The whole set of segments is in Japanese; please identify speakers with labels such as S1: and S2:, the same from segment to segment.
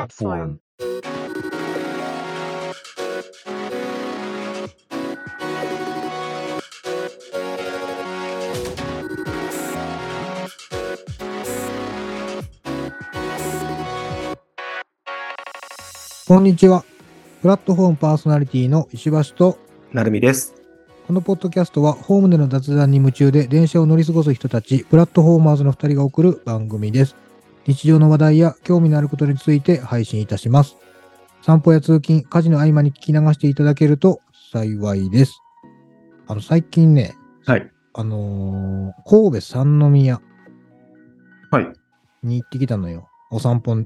S1: platform,
S2: こんにちは。プラットフォームパーソナリティの石橋と、
S3: なるみです。
S2: このポッドキャストはホームでの雑談に夢中で電車を乗り過ごす人たち、プラットフォーマーズの2人が送る番組です。日常の話題や興味のあることについて配信いたします。散歩や通勤、家事の合間に聞き流していただけると幸いです。あの、最近ね、
S3: はい。
S2: あのー神戸三宮
S3: はい。
S2: に行ってきたのよ。お散歩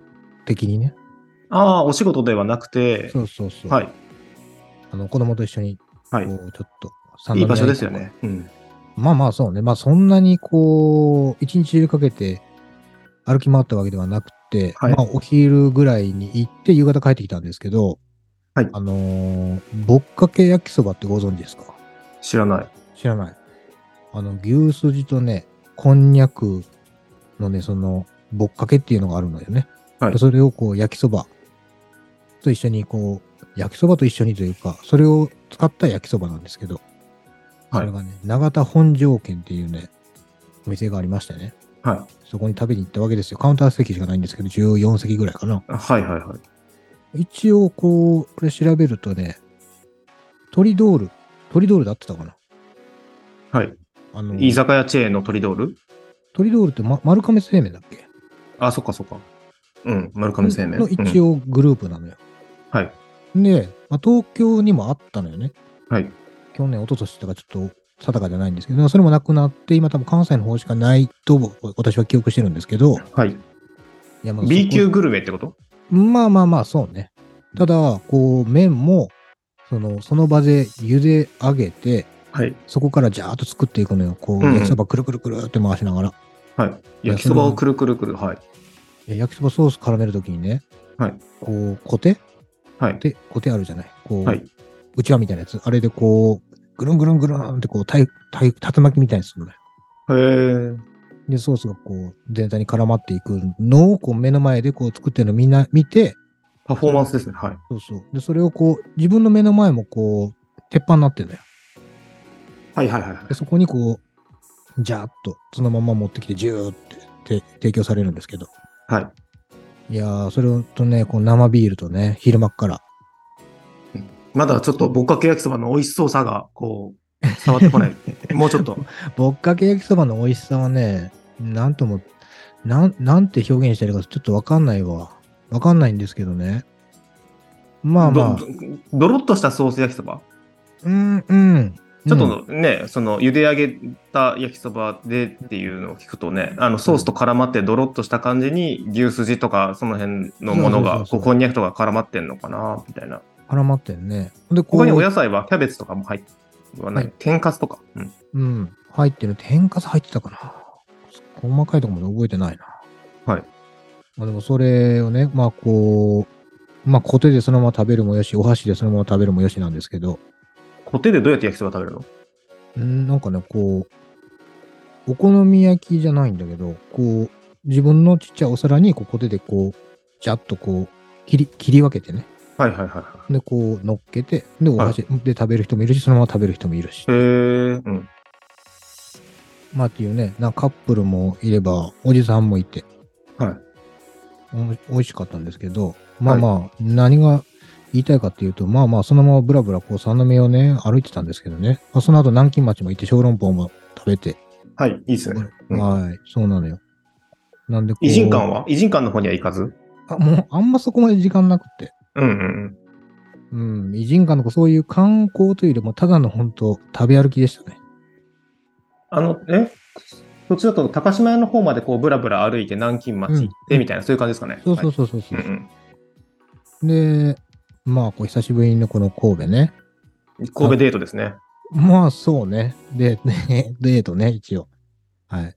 S2: 的にね。
S3: ああ、お仕事ではなくて、
S2: そうそうそう。
S3: はい。
S2: あの、子供と一緒に、
S3: は
S2: こ
S3: い。
S2: うちょっと三
S3: いい
S2: 宮行
S3: 場所
S2: った
S3: ですよね。うん。
S2: まあまあそうね。まあそんなにこう、一日中かけて歩き回ったわけではなくて、
S3: はい
S2: まあお昼ぐらいに行って夕方帰ってきたんですけど、
S3: はい
S2: あのーぼっかけ焼きそばってご存知ですか
S3: 知らない。
S2: 知らない。あの、牛すじとね、こんにゃくのね、その、ぼっかけっていうのがあるのよね。
S3: はい
S2: それをこう、焼きそばと一緒に、こう、焼きそばと一緒にというか、それを使った焼きそばなんですけど、
S3: はい
S2: それがね、永田本条軒っていうね、お店がありましてね、
S3: は
S2: そこに食べに行ったわけですよ。カウンター席しかないんですけど、14席ぐらいかな。
S3: い。はいはいはい。
S2: 一応、こう、これ調べるとね、トリドール、トリドールだってたかな。
S3: はい。
S2: あの
S3: 居酒屋チェーンのトリドール
S2: トリドールって、ま、丸亀製麺だっけ
S3: あ、そっかそっか。うん。丸亀製麺。
S2: の
S3: うん
S2: 一応グループなのよ。
S3: はい。
S2: で、まあ、東京にもあったのよね。
S3: はい。
S2: 去年、一昨年とかちょっと定かじゃないんですけど、それもなくなって、今多分関西の方しかないと私は記憶してるんですけど、
S3: はい。
S2: いやまあ
S3: B 級
S2: そ
S3: グルメってこと
S2: こまあまあまあ、そうね。ただ、こう、麺も、その、その場で茹で上げて、
S3: はい。
S2: そこからジャーッと作っていくのよ。こう、
S3: うんうん
S2: 焼きそばくるくるくるって回しながら。
S3: はい。焼きそばをくるくるくる。はい。
S2: え焼きそばソース絡めるときにね、
S3: はい
S2: こう、コテ
S3: はい。
S2: で、コテあるじゃない。こう、
S3: はい。
S2: うちわみたいなやつ、あれでこう、ぐるんぐるんぐるんってこう、たいたい竜巻みたいにするの
S3: へ
S2: よ。
S3: え。
S2: で、ソースがこう、全体に絡まっていくのを、こう、目の前でこう、作ってるのをみんな見て、
S3: パフォーマンスですね。はい。
S2: そうそう。で、それをこう、自分の目の前もこう、鉄板になってるのよ。
S3: はいはいはいはい
S2: で、。そこにこう、ジャーっと、そのまま持ってきて、ジューってて提供されるんですけど。
S3: はい
S2: やー、それをとね、こう、生ビールとね、昼間っから。
S3: まだちょっとぼっかけ焼きそばの美味しそうさが、こう、伝わってこ ない。もうちょっと。
S2: ぼっかけ焼きそばの美味しさはね、なんとも、なん、なんて表現したらいいかちょっとわかんないわ。わかんないんですけどね。まあまあ
S3: ど、どろっとしたソース焼きそば
S2: うん、うん。
S3: ちょっ
S2: うん
S3: とね、その茹で上げた焼きそばでっていうのを聞くとね、あのソースと絡まってドロッとした感じに牛すじとかその辺のもの
S2: そうそうそう
S3: が
S2: そ
S3: こ
S2: う
S3: うこんにゃくとか絡まってんのかなみたいな。
S2: 絡まってんね。で、こ
S3: 他
S2: う
S3: にお野菜はキャベツとかも入ってはな
S2: はい
S3: い。天かすとか。うん
S2: うん、入ってる。天かす入ってたかな。細かいところまで覚えてないな。
S3: はい。
S2: まあでもそれをね、まあこう、まあコテでそのまま食べるもよし、お箸でそのまま食べるもよしなんですけど、
S3: コテでどうやって焼きそば食べるの
S2: うんなんかね、こう、お好み焼きじゃないんだけど、こう、自分のちっちゃいお皿にこうコテでこう、ジャッとこう、切り、切り分けてね。
S3: はいはいはいは
S2: で、こう、乗っけて、で、お箸で食べる人もいるし、そのまま食べる人もいるし
S3: い。へ。え。うん。
S2: まあっていうね、なんかカップルもいれば、おじさんもいて、
S3: はい。
S2: お美味しかったんですけど、まあまあ、何が言いたいかっていうと、まあまあ、そのままブラブラこう、三宮をね、歩いてたんですけどね、まあ、その後南京町も行って、小籠包も食べて、
S3: はい、いいですね。うん
S2: はい、そうなのよ。なんでこう、
S3: 偉人館は偉人館の方には行かず
S2: あもう、あんまそこまで時間なくて、
S3: うんうんうん。
S2: うん、偉人館のそういう観光というよりも、ただの本当、食べ歩きでしたね。
S3: あの、えこっちだと高島屋の方までこうブラブラ歩いて南京町行ってみたいな、そういう感じですかね。
S2: そうそううそうそうそう、
S3: はい。うん
S2: で、まあ、こう、久しぶりのこの神戸ね、
S3: うん。神戸デートですね。
S2: まあそうね。で、ね、デートね、一応。はい。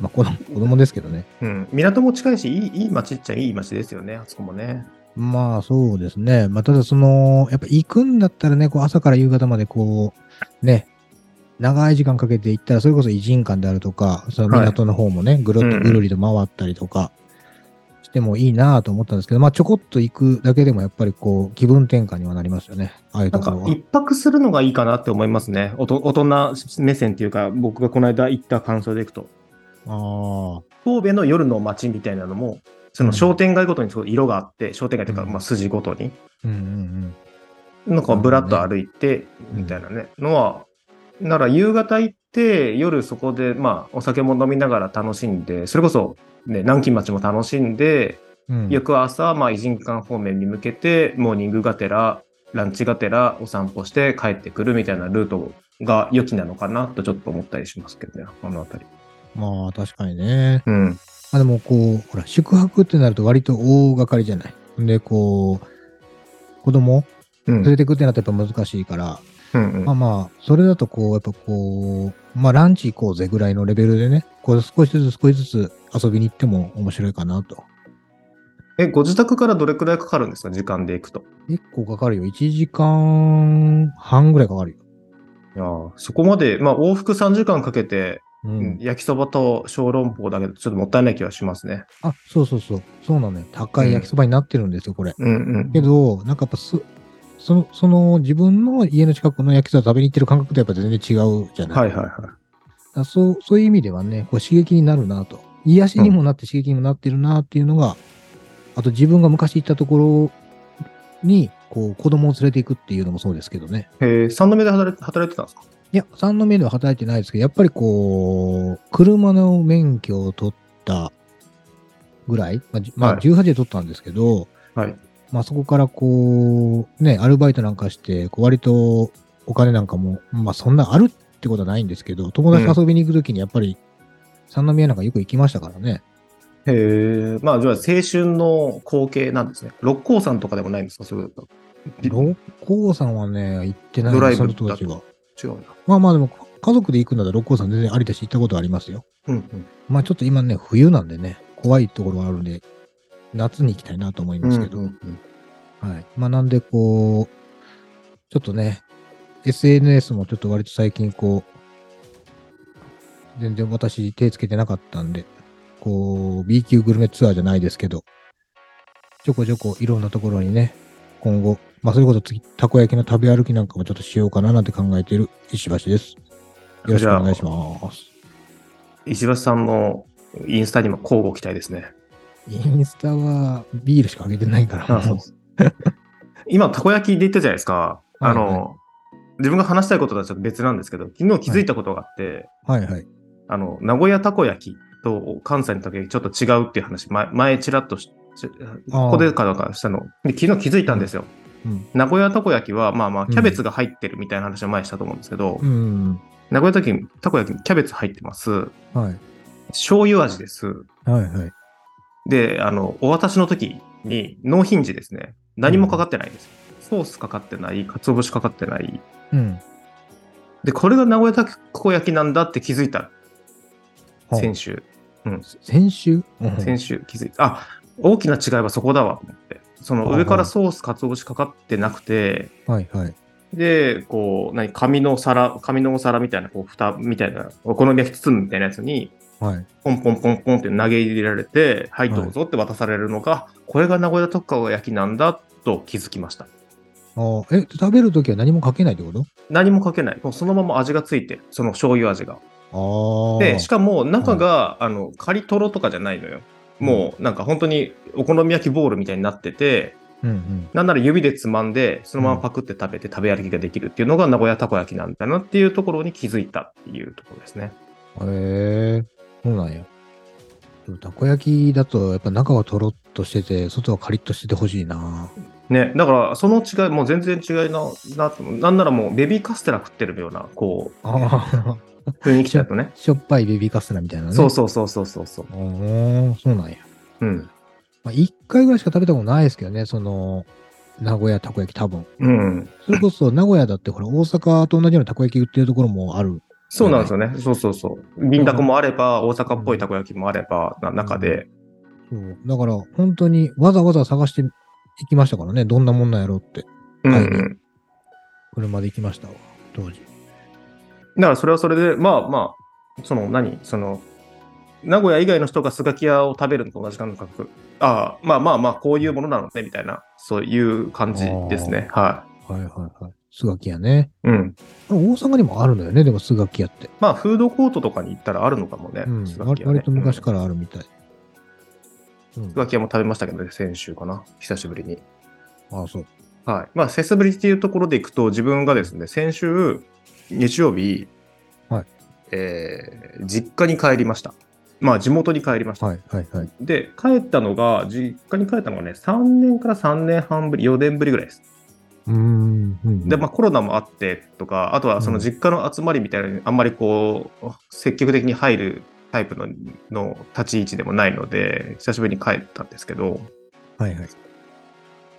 S2: まあ子供子供ですけどね。
S3: うん、港も近いし、いいいい町っちゃいい町ですよね、あそこもね。
S2: まあそうですね。まあただその、やっぱ行くんだったらね、こう朝から夕方までこう、ね、長い時間かけて行ったら、それこそ偉人館であるとか、その港の方もね、ぐるっとぐるりと回ったりとか、てもいいなと思ったんですけど、まあ、ちょこっと行くだけでもやっぱりこう、気分転換にはなりますよね。ああいう
S3: な
S2: と
S3: ん
S2: こ
S3: か
S2: ろは。
S3: 一泊するのがいいかなって思いますね。おと大人目線っていうか、僕がこの間行った感想でいくと。
S2: あ
S3: 神戸の夜の街みたいなのも、その商店街ごとにすごい色があって、商店街というか、
S2: うん
S3: まあ筋ごとに、
S2: あ。うんうん
S3: なんかぶらっと歩いて、
S2: うん
S3: みたいなね、のは、なら夕方行って、夜そこで、まあ、お酒も飲みながら楽しんで、それこそ、ね、南京町も楽しんで、
S2: うん。うん。
S3: 翌朝、まあ、偉人館方面に向けて、モーニングがてら、ランチがてら、お散歩して帰ってくるみたいなルートが良きなのかなとちょっと思ったりしますけどね、あのあたり。
S2: まあ、確かにね。
S3: うん。
S2: まあでもこう、ほら、宿泊ってなると割と大掛かりじゃない。で、こう、子供
S3: う
S2: 連れ
S3: ん。
S2: てくってなったらやっぱ難しいから、
S3: うんうん
S2: まあまあ、それだとこう、やっぱこう、まあランチ行こうぜぐらいのレベルでね、こう少しずつ少しずつ遊びに行っても面白いかなと。
S3: え、ご自宅からどれくらいかかるんですか、時間で行くと。
S2: 結構かかるよ。1時間半ぐらいかかるよ。
S3: いやーそこまで、まあ、往復3時間かけて、
S2: う
S3: うん焼きそばと小籠包だけど、ちょっともったいない気はしますね。
S2: あ、そうそうそう。そうなのよ。高い焼きそばになってるんですよ、これ。
S3: うんうん。
S2: けど、なんかやっぱす、その、その自分の家の近くの焼きそば食べに行ってる感覚とやっぱ全然違うじゃない。
S3: はいはいはい。
S2: だそう、そういう意味ではね、こう刺激になるなと。癒しにもなって刺激にもなってるなっていうのが、あと自分が昔行ったところに、こう、子供を連れていくっていうのもそうですけどね。
S3: えー、三度目で働いて働いてたんですか
S2: いや、三の目では働いてないですけど、やっぱりこう、車の免許を取ったぐらい、まあじま
S3: は
S2: あ、
S3: い
S2: 18で取ったんですけど、
S3: はい。
S2: まあそこからこう、ね、アルバイトなんかして、こう割とお金なんかも、まあそんなあるってことはないんですけど、友達と遊びに行くときにやっぱり、三宮なんかよく行きましたからね。
S3: へえ、まあ、じゃあ、青春の光景なんですね。六甲山とかでもないんですかそれだと。び
S2: 六甲山はね、行ってない
S3: ドライ
S2: そ
S3: ブ
S2: の
S3: だと
S2: 当時は。
S3: 違うな。
S2: まあまあでも、家族で行くなら六甲山全然ありだし行ったことありますよ。
S3: うんうん。
S2: まあちょっと今ね、冬なんでね、怖いところがあるんで、夏に行きたいなと思いますけど。はい。まあなんでこう、ちょっとね、SNS もちょっと割と最近こう、全然私手つけてなかったんで、こう、B 級グルメツアーじゃないですけど、ちょこちょこいろんなところにね、今後、まあそれこそ次、たこ焼きの食べ歩きなんかもちょっとしようかななんて考えている石橋です。よろしくお願いします。
S3: 石橋さんのインスタにも交互期待ですね。
S2: インスタはビールしか上げてないから。
S3: あそうです 今、たこ焼きで言ったじゃないですか。あの、
S2: はい
S3: 自分が話したいこととはちょっと別なんですけど、昨日気づいたことがあって、
S2: はいはい。
S3: あの、名古屋たこ焼きと関西のたこ焼きちょっと違うっていう話、前、前ちらっとし、しここでかどうかしたの。で昨日気づいたんですよ。
S2: うん。
S3: 名古屋たこ焼きは、まあまあ、
S2: うん
S3: キャベツが入ってるみたいな話を前にしたと思うんですけど、
S2: うん。
S3: 名古屋たこ焼き、たこ焼きにキャベツ入ってます。
S2: はい。
S3: 醤油味です。
S2: はいはい。
S3: で、あの、お渡しの時に、納品時ですね。何もかかってないんですよ。ソースかかってない、鰹節かかってない。
S2: うん。
S3: で、これが名古屋たこ焼きなんだって気づいた。先週。
S2: 先週、
S3: 先週気づいた。あ、大きな違いはそこだわと思って。その上からソース、鰹節かかってなくて、
S2: はいはい。
S3: で、こう、何、紙の皿、紙のお皿みたいな、こう、蓋みたいな、お好み焼き包むみたいなやつに、
S2: はい。
S3: ポンポンポンポンって投げ入れられて、はい、
S2: はい
S3: どうぞって渡されるのが、これが名古屋特化焼きなんだと気づきました。
S2: あーえ、食べるときは何もかけないってこと
S3: 何もかけない。もうそのまま味がついてる。その醤油味が。
S2: ああ。
S3: で、しかも中が、あの、カリトロとかじゃないのよ。もう、なんか本当にお好み焼きボールみたいになってて、
S2: うんうん。
S3: なんなら指でつまんで、そのままパクって食べて食べ歩きができるっていうのが名古屋たこ焼きなんだなっていうところに気づいたっていうところですね。
S2: へえ、そうなんや。でもたこ焼きだと、やっぱ中はとろっとしてて、外はカリッとしててほしいな。
S3: ね、だからその違い、もう全然違いな、な、なんならもうベビーカステラ食ってるような、こう、
S2: ああ。。
S3: 雰囲気だとね
S2: しょっぱいベビーカステラみたいなね。
S3: そうそうそうそうそうそう。
S2: う。おそうなんや。
S3: うん。
S2: まあ、一回ぐらいしか食べたことないですけどね、その、名古屋たこ焼き多分。
S3: うん。
S2: それこそ名古屋だってほら、大阪と同じようなたこ焼き売ってるところもある。
S3: そうなんですよね。そうそうそう。ビンタコもあれば、大阪っぽいたこ焼きもあれば、な中で。
S2: そう。だから、本当にわざわざ探して行きましたからね、どんなもんなんやろうって。
S3: うん、うん。
S2: 車で行きましたわ、当時。
S3: だからそれはそれで、まあまあ、その何、その、名古屋以外の人がスガキ屋を食べるのと同じ感覚ああ、まあまあまあ、こういうものなのね、みたいな、そういう感じですね。は
S2: はいはいはい。スガキ屋ね。
S3: い。うん。
S2: あれ大阪にもあるのよね、でもスガキ屋って。
S3: まあ、フードコートとかに行ったらあるのかもね。
S2: うん、
S3: スガキ
S2: 割
S3: 屋ね
S2: 割と昔
S3: うん
S2: からあるみたい。うん
S3: ス、ガキ屋も食べましたけどね、先週かな。久しぶりに。
S2: ああ、そう。
S3: はい。まあ、セスビリティというところでいくと、自分がですね、先週、日曜日、
S2: はい
S3: えー実家に帰りました。まあ、地元に帰りました。
S2: はいはいはい。
S3: で、帰ったのが、実家に帰ったのがね、3年から3年半ぶり、4年ぶりぐらいです。
S2: うーん。うん
S3: で、まあ、コロナもあってとか、あとはその
S2: うん
S3: 実家の集まりみたいなのに、あんまりこう、積極的に入るタイプのの立ち位置でもないので、久しぶりに帰ったんですけど、
S2: はいはい。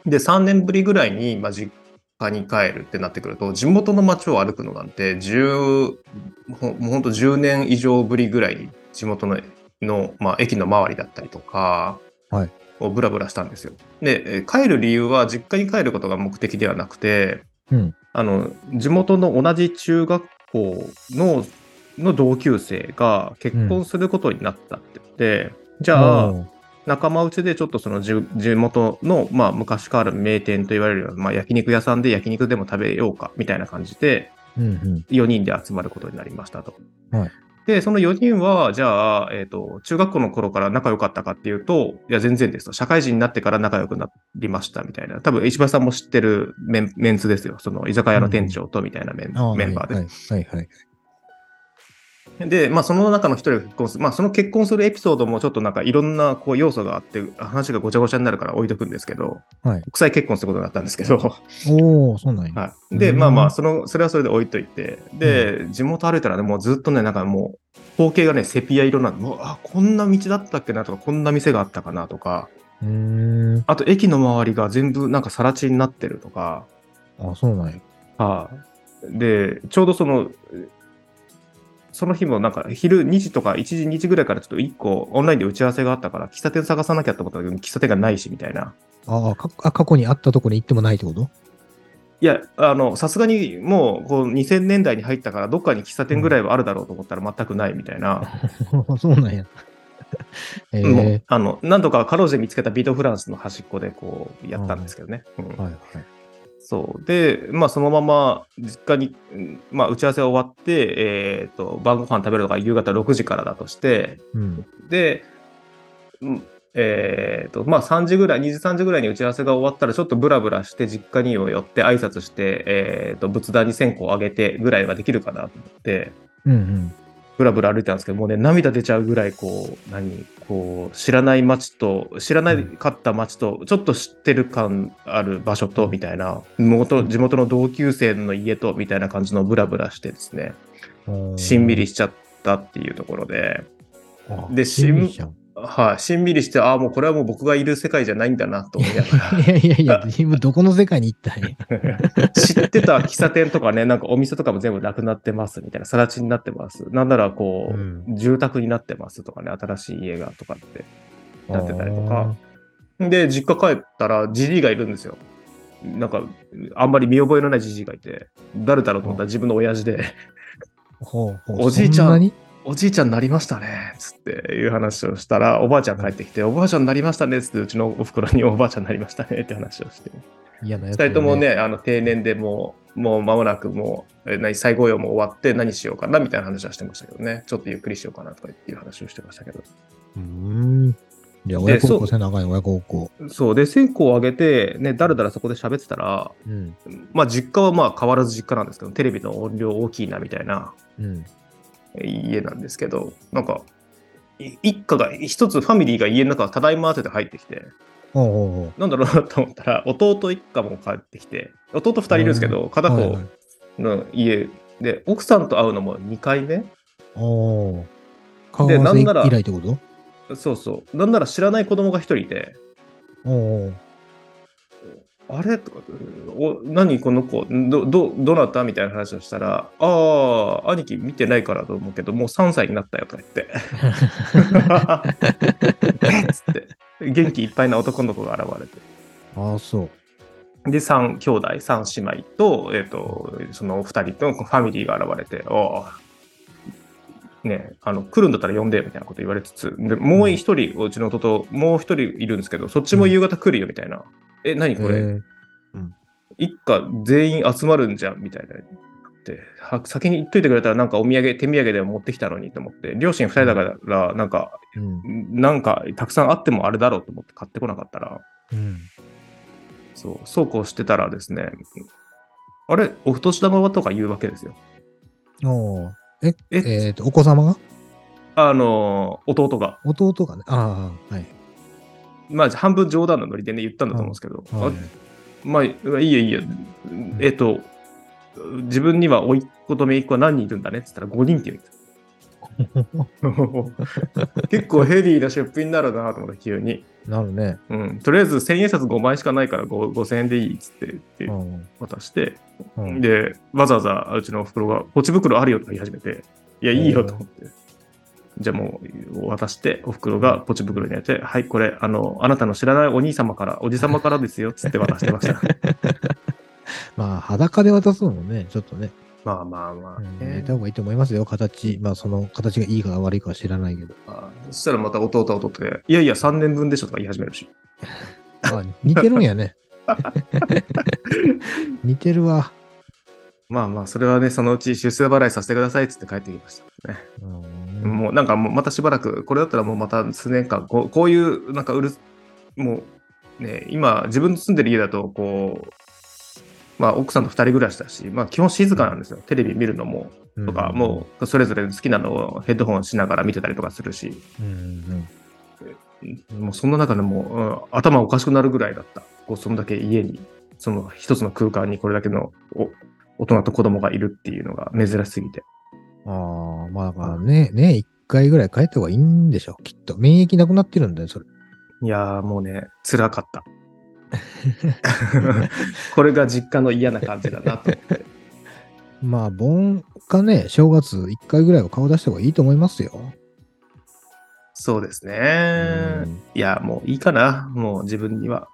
S3: で、3年ぶりぐらいに、まあ、実家に帰るってなってくると、地元の街を歩くのなんて、10、ほもうほんと10年以上ぶりぐらいに、地元の、のまあ、駅の周りだったりとか、
S2: はい
S3: をブラブラしたんですよ。で、えー帰る理由は、実家に帰ることが目的ではなくて、
S2: うん
S3: あの、地元の同じ中学校の、の同級生が結婚することになったって言って、じゃあ、
S2: おー
S3: 仲間内でちょっとその地地元の、まあ、昔からある名店と言われるような、まあ、焼肉屋さんで焼肉でも食べようかみたいな感じで
S2: うんうん。
S3: 4人で集まることになりましたと。
S2: はい
S3: でその4人はじゃあ、えー、と中学校の頃から仲良かったかっていうといや全然ですと社会人になってから仲良くなりましたみたいな多分石橋さんも知ってるメンメンツですよその居酒屋の店長とみたいなメン,、
S2: あ
S3: メンバーで
S2: はいはいはいはい。
S3: で、まあ、その中の一人が結婚する、まあ、その結婚するエピソードもちょっとなんかいろんなこう要素があって、話がごちゃごちゃになるから置いとくんですけど、
S2: はい
S3: 国際結婚することになったんですけ ど、
S2: おおそうなんや。
S3: はい、で、
S2: うん
S3: まあまあその、それはそれで置いといて、で、地元歩いたらね、もうずっとね、なんかもう、光景がね、セピア色なんで、もうあこんな道だったっけなとか、こんな店があったかなとか、
S2: うーん。
S3: あと駅の周りが全部なんか更地になってるとか、
S2: あそうなんや。
S3: はい。で、ちょうどその、その日もなんか昼2時とか1時、2時ぐらいからちょっと1個オンラインで打ち合わせがあったから、喫茶店探さなきゃと思ったんだけど、喫茶店がないしみたいな。
S2: ああかあ、過去にあったとこに行ってもないってこと
S3: いや、あの、さすがにもうこう2000年代に入ったから、どっかに喫茶店ぐらいはあるだろうと思ったら全くないみたいな。
S2: そうな んや。ええ
S3: もう、あの、なんとかかろうじて見つけたビートフランスの端っこでこうやったんですけどね。うん
S2: はいはい。
S3: そう。で、まあ、そのまま実家に、うんまあ、打ち合わせ終わって、えっ、と、晩ご飯食べるのが夕方6時からだとして、
S2: うん。
S3: で、うんえーとまあ、3時ぐらい、2時、3時ぐらいに打ち合わせが終わったら、ちょっとブラブラして、実家に寄って、挨拶して、えー、と仏壇に線香をあげてぐらいはできるかなと思って、
S2: うんうん。
S3: ブラブラ歩いてたんですけど、もうね、涙出ちゃうぐらい、こう、何、こう、知らない街と、知らないかった街と、ちょっと知ってる感ある場所と、みたいな、地元地元の同級生の家と、みたいな感じのブラブラしてですね、
S2: おー
S3: しんみりしちゃったっていうところで、
S2: あ
S3: で
S2: しんみりし ちゃう
S3: はい、しんみりして、ああ、もうこれはもう僕がいる世界じゃないんだなと思いなが
S2: いやいやいや、自分どこの世界に行ったんや。
S3: ら、知ってた喫茶店とかね、なんかお店とかも全部なくなってますみたいな、更地になってます。なんなら こう、
S2: うん
S3: 住宅になってますとかね、新しい家がとかってなってたりとか。で、実家帰ったら、じじいがいるんですよ。なんか、あんまり見覚えのないじじいがいて、誰だろうと思ったら自分の親父で、
S2: あー。ほうほう
S3: おじいちゃん
S2: そなに
S3: おじいちゃんになりましたね、つっていう話をしたら、おばあちゃん帰ってきて、おばあちゃんになりましたね、つって、うちのおふくろにおばあちゃんになりましたねって話をして。
S2: 嫌なや
S3: 二
S2: つだ
S3: 人とも。ね、あの定年でもう、もう間もなくもう、え何再雇用も終わって何しようかなみたいな話はしてましたけどね、ちょっとゆっくりしようかなとかっていう話をしてましたけど。
S2: うーん。じゃあ、親孝
S3: そ
S2: 行
S3: う
S2: せなあかんよ、親孝行。
S3: そう、で、線香をあげて、ね、だらだらそこで喋ってたら、
S2: うん。
S3: まあ実家はまあ変わらず実家なんですけど、テレビの音量大きいなみたいな
S2: うん。
S3: え家なんですけど、なんか、い一家が、一つファミリーが家の中ただいまって入ってきて、
S2: ほうほうほう。
S3: なんだろうなと思ったら、弟一家も帰ってきて、弟二人いるんですけど、片
S2: はい
S3: 方
S2: はい
S3: の家で、奥さんと会うのも2回目
S2: おお。顔合
S3: で
S2: わ
S3: な
S2: せ
S3: ん
S2: 以
S3: なら
S2: 来ってこと
S3: そうそう。なんなら知らない子供が一人いて、
S2: おお。
S3: あれとか、お何この子、ど、ど、どなたみたいな話をしたら、ああ、兄貴見てないからと思うけど、もう3歳になったよとか言って。 えっつって、元気いっぱいな男の子が現れて。
S2: ああ、そう。
S3: で、3兄弟、3姉妹と、えっ、と、その2人とファミリーが現れて、おーね、あの来るんだったら呼んでみたいなこと言われつつ、でもう一人、うちの弟、もう一人いるんですけど、そっちも夕方来るよみたいな、え、何これ、
S2: えー
S3: 一家全員集まるんじゃんみたいな。では先に言っといてくれたら、なんかお土産、手土産でも持ってきたのにと思って、両親二人だから、なんか、
S2: うん
S3: なんかたくさんあってもあれだろうと思って買ってこなかったら、
S2: うん
S3: そう、そうこうしてたらですね、あれ、お年玉はとか言うわけですよ。
S2: おーえ
S3: え
S2: えーと、お子様が
S3: あの、弟が、
S2: 弟がね。ああ、はい。
S3: まあ、半分冗談のノリでね、言ったんだと思うんですけど、
S2: はい
S3: あまあ、いいよいいよ、えっと、自分には甥っ子と姪っ子は何人いるんだねって言ったら5人って言うんです よ結構ヘビーな出費になるなと思って急に、
S2: なるね。
S3: うん、とりあえず1000円札5枚しかないから5 5000円でいいっつってって
S2: うん
S3: 渡して、
S2: うん
S3: で、わざわざうちのおふくろが、ポチ袋あるよとか言い始めて、いや、いいよと思って。じゃあもう渡して、おふくろがポチ袋に入れて、はい、これ、あの、あなたの知らないお兄様から、おじ様からですよ、つって 渡してました。
S2: まあ、裸で渡すのもね、ちょっとね、
S3: まあまあまあ
S2: うん
S3: ね、
S2: やめた方がいいと思いますよ、形。まあ、その形がいいか悪いかは知らない けど。
S3: あそしたらまた弟は弟で、いやいや、3年分でしょとか言い始めるし。
S2: あ似てるんやね。似てるわ。
S3: まあまあ、それはね、そのうち出世払いさせてくださいっつって帰ってきました、ね。
S2: うん
S3: もうなんかもうまたしばらく、これだったらもうまた数年間、こうこういう、なんかうる、もうね、今、自分の住んでる家だと、こう、まあ奥さんと2人暮らしだし、まあ基本静かなんですよ。テレビ見るのも、とか、もうそれぞれ好きなのをヘッドホンしながら見てたりとかするし、
S2: うん。うん
S3: もうそんな中でもう、うん頭おかしくなるぐらいだった。こう、そんだけ家に、その一つの空間にこれだけのお大人と子供がいるっていうのが珍しすぎて。
S2: うんああ、まあだからね、ね、一回ぐらい帰った方がいいんでしょ、きっと。免疫なくなってるんだよ、それ。
S3: いやーもうね、辛かった。 これが実家の嫌な感じだなと思って。
S2: まあ、盆かね、正月一回ぐらいは顔出した方がいいと思いますよ。
S3: そうです
S2: う
S3: ね。
S2: ん
S3: いや、もういいかな。もう自分には、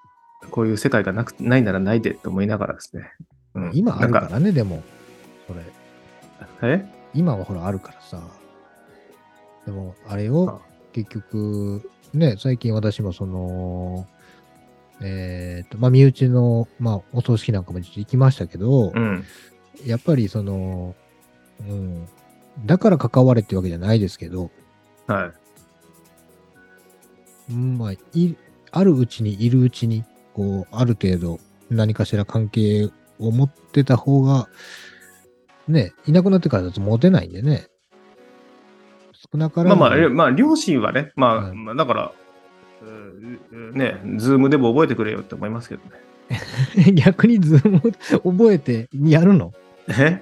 S3: こういう世界がなくないならないでと思いながらですね。うん
S2: 今あるか
S3: なん
S2: らね、でも、それ。
S3: え
S2: 今はほらあるからさ。でも、あれ
S3: あ
S2: を、結局、ね、最近私もその、えっ、と、まあ、身内の、まあ、お葬式なんかもちょっと行きましたけど、
S3: うん。
S2: やっぱりその、うん、だから関われってわけじゃないですけど、
S3: はい。
S2: うんまあ、い、あるうちにいるうちに、こう、ある程度何かしら関係を持ってた方が、ね、いなくなってからだと持てないんでね。少なから
S3: まあ
S2: ず
S3: まあ、えまあ、両親はね、まあ、
S2: うん
S3: まあだから、うんね、ズームでも覚えてくれよって思いますけどね。
S2: 逆にズームを覚えてやるの
S3: え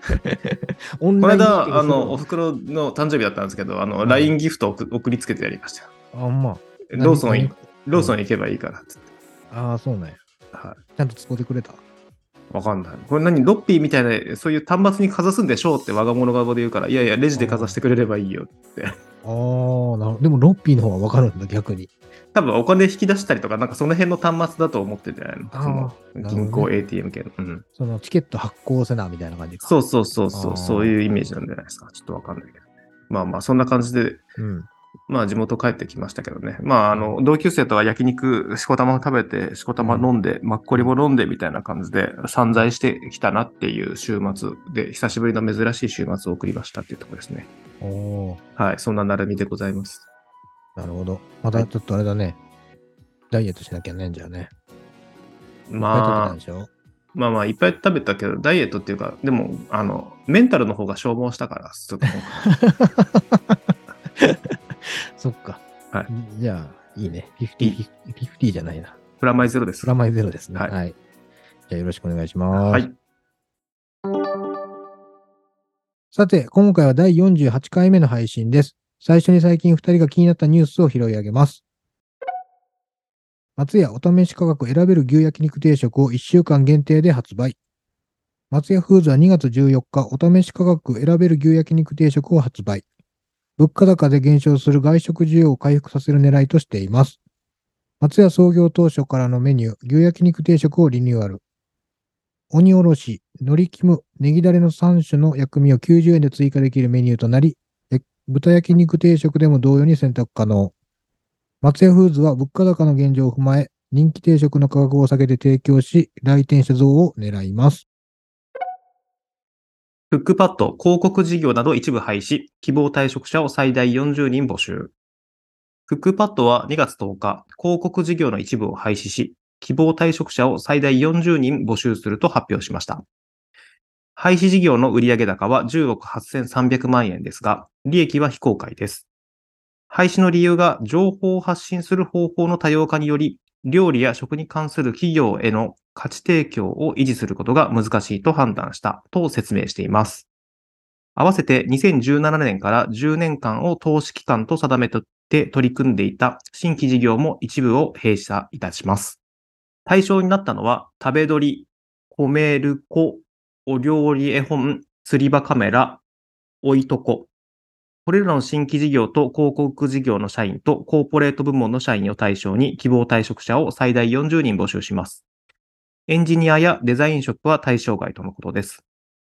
S2: オン
S3: この
S2: ラインミーテ
S3: 間、
S2: ィング
S3: あ
S2: する
S3: の、おふくろの誕生日だったんですけど、あの、
S2: ん
S3: LINE ギフトを送送りつけてやりましたよ。
S2: あ、まあ。
S3: ローソン
S2: 何
S3: に、ローソンに行けばいいからって
S2: ああ、そうなんや。
S3: は
S2: ちゃんと使ってくれた。
S3: い。わかんない。これ何ロッピーみたいな、そういう端末にかざすんでしょうって我が物顔で言うから、いやいや、レジでかざしてくれればいいよ。
S2: ああ、なるほど。でも、ロッピーの方はわかるんだ、逆に。
S3: 多分お金引き出したりとか、なんかその辺の端末だと思ってんじゃないの
S2: あー
S3: そ
S2: な
S3: の
S2: るほどね
S3: 銀行 ATM 系の。うん。
S2: その、チケット発行せな、みたいな感じか。
S3: そうそうそうそ
S2: あー
S3: う、そういうイメージなんじゃないですか。ちょっとわかんないけど。まあまあ、そんな感じで、
S2: うん。
S3: まあ地元帰ってきましたけどね。まあ、あの、同級生とは焼肉、しこたま食べて、しこたま飲んで、マッコリも飲んでみたいな感じで散財してきたなっていう週末で、久しぶりの珍しい週末を送りましたっていうところですね。
S2: おお
S3: はい、そんななるみでございます。
S2: ーなるほど。またちょっとあれだね。ダイエットしなきゃねんじゃね。
S3: ま
S2: いっぱい取ってたでしょ
S3: あ、まあまあ、いっぱい食べたけど、ダイエットっていうか、でも、あの、メンタルの方が消耗したから、ちょっと
S2: そっか。
S3: はい
S2: じゃあ、いいね。50、50じゃないな。
S3: プラマイゼロです
S2: プ。ラマイゼロですね。は。
S3: はいい
S2: じゃあ、よろしくお願いします。
S3: はい。
S2: さて、今回は第48回目の配信です。最初に最近2人が気になったニュースを拾い上げます。松屋お試し価格選べる牛焼肉定食を1週間限定で発売。松屋フーズは2月14日、お試し価格選べる牛焼肉定食を発売。物価高で減少する外食需要を回復させる狙いとしています。松屋創業当初からのメニュー、牛焼肉定食をリニューアル。鬼おろし、海苔キム、ネギだれの3種の薬味を90円で追加できるメニューとなり、え豚焼肉定食でも同様に選択可能。松屋フーズは物価高の現状を踏まえ、人気定食の価格を下げて提供し、来店者増を狙います。
S3: フックパッド、広告事業など一部廃止、希望退職者を最大40人募集。フックパッドは2月10日、広告事業の一部を廃止し、希望退職者を最大40人募集すると発表しました。廃止事業の売上高は10億8300万円ですが、利益は非公開です。廃止の理由が情報を発信する方法の多様化により、料理や食に関する企業への価値提供を維持することが難しいと判断したと説明しています。合わせて2017年から10年間を投資期間と定めて取り組んでいた新規事業も一部を閉鎖いたします。対象になったのは、食べ鳥、米るこ、お料理絵本、釣り場カメラ、おいとこ。これらの新規事業と広告事業の社員とコーポレート部門の社員を対象に希望退職者を最大40人募集します。エンジニアやデザイン職は対象外とのことです。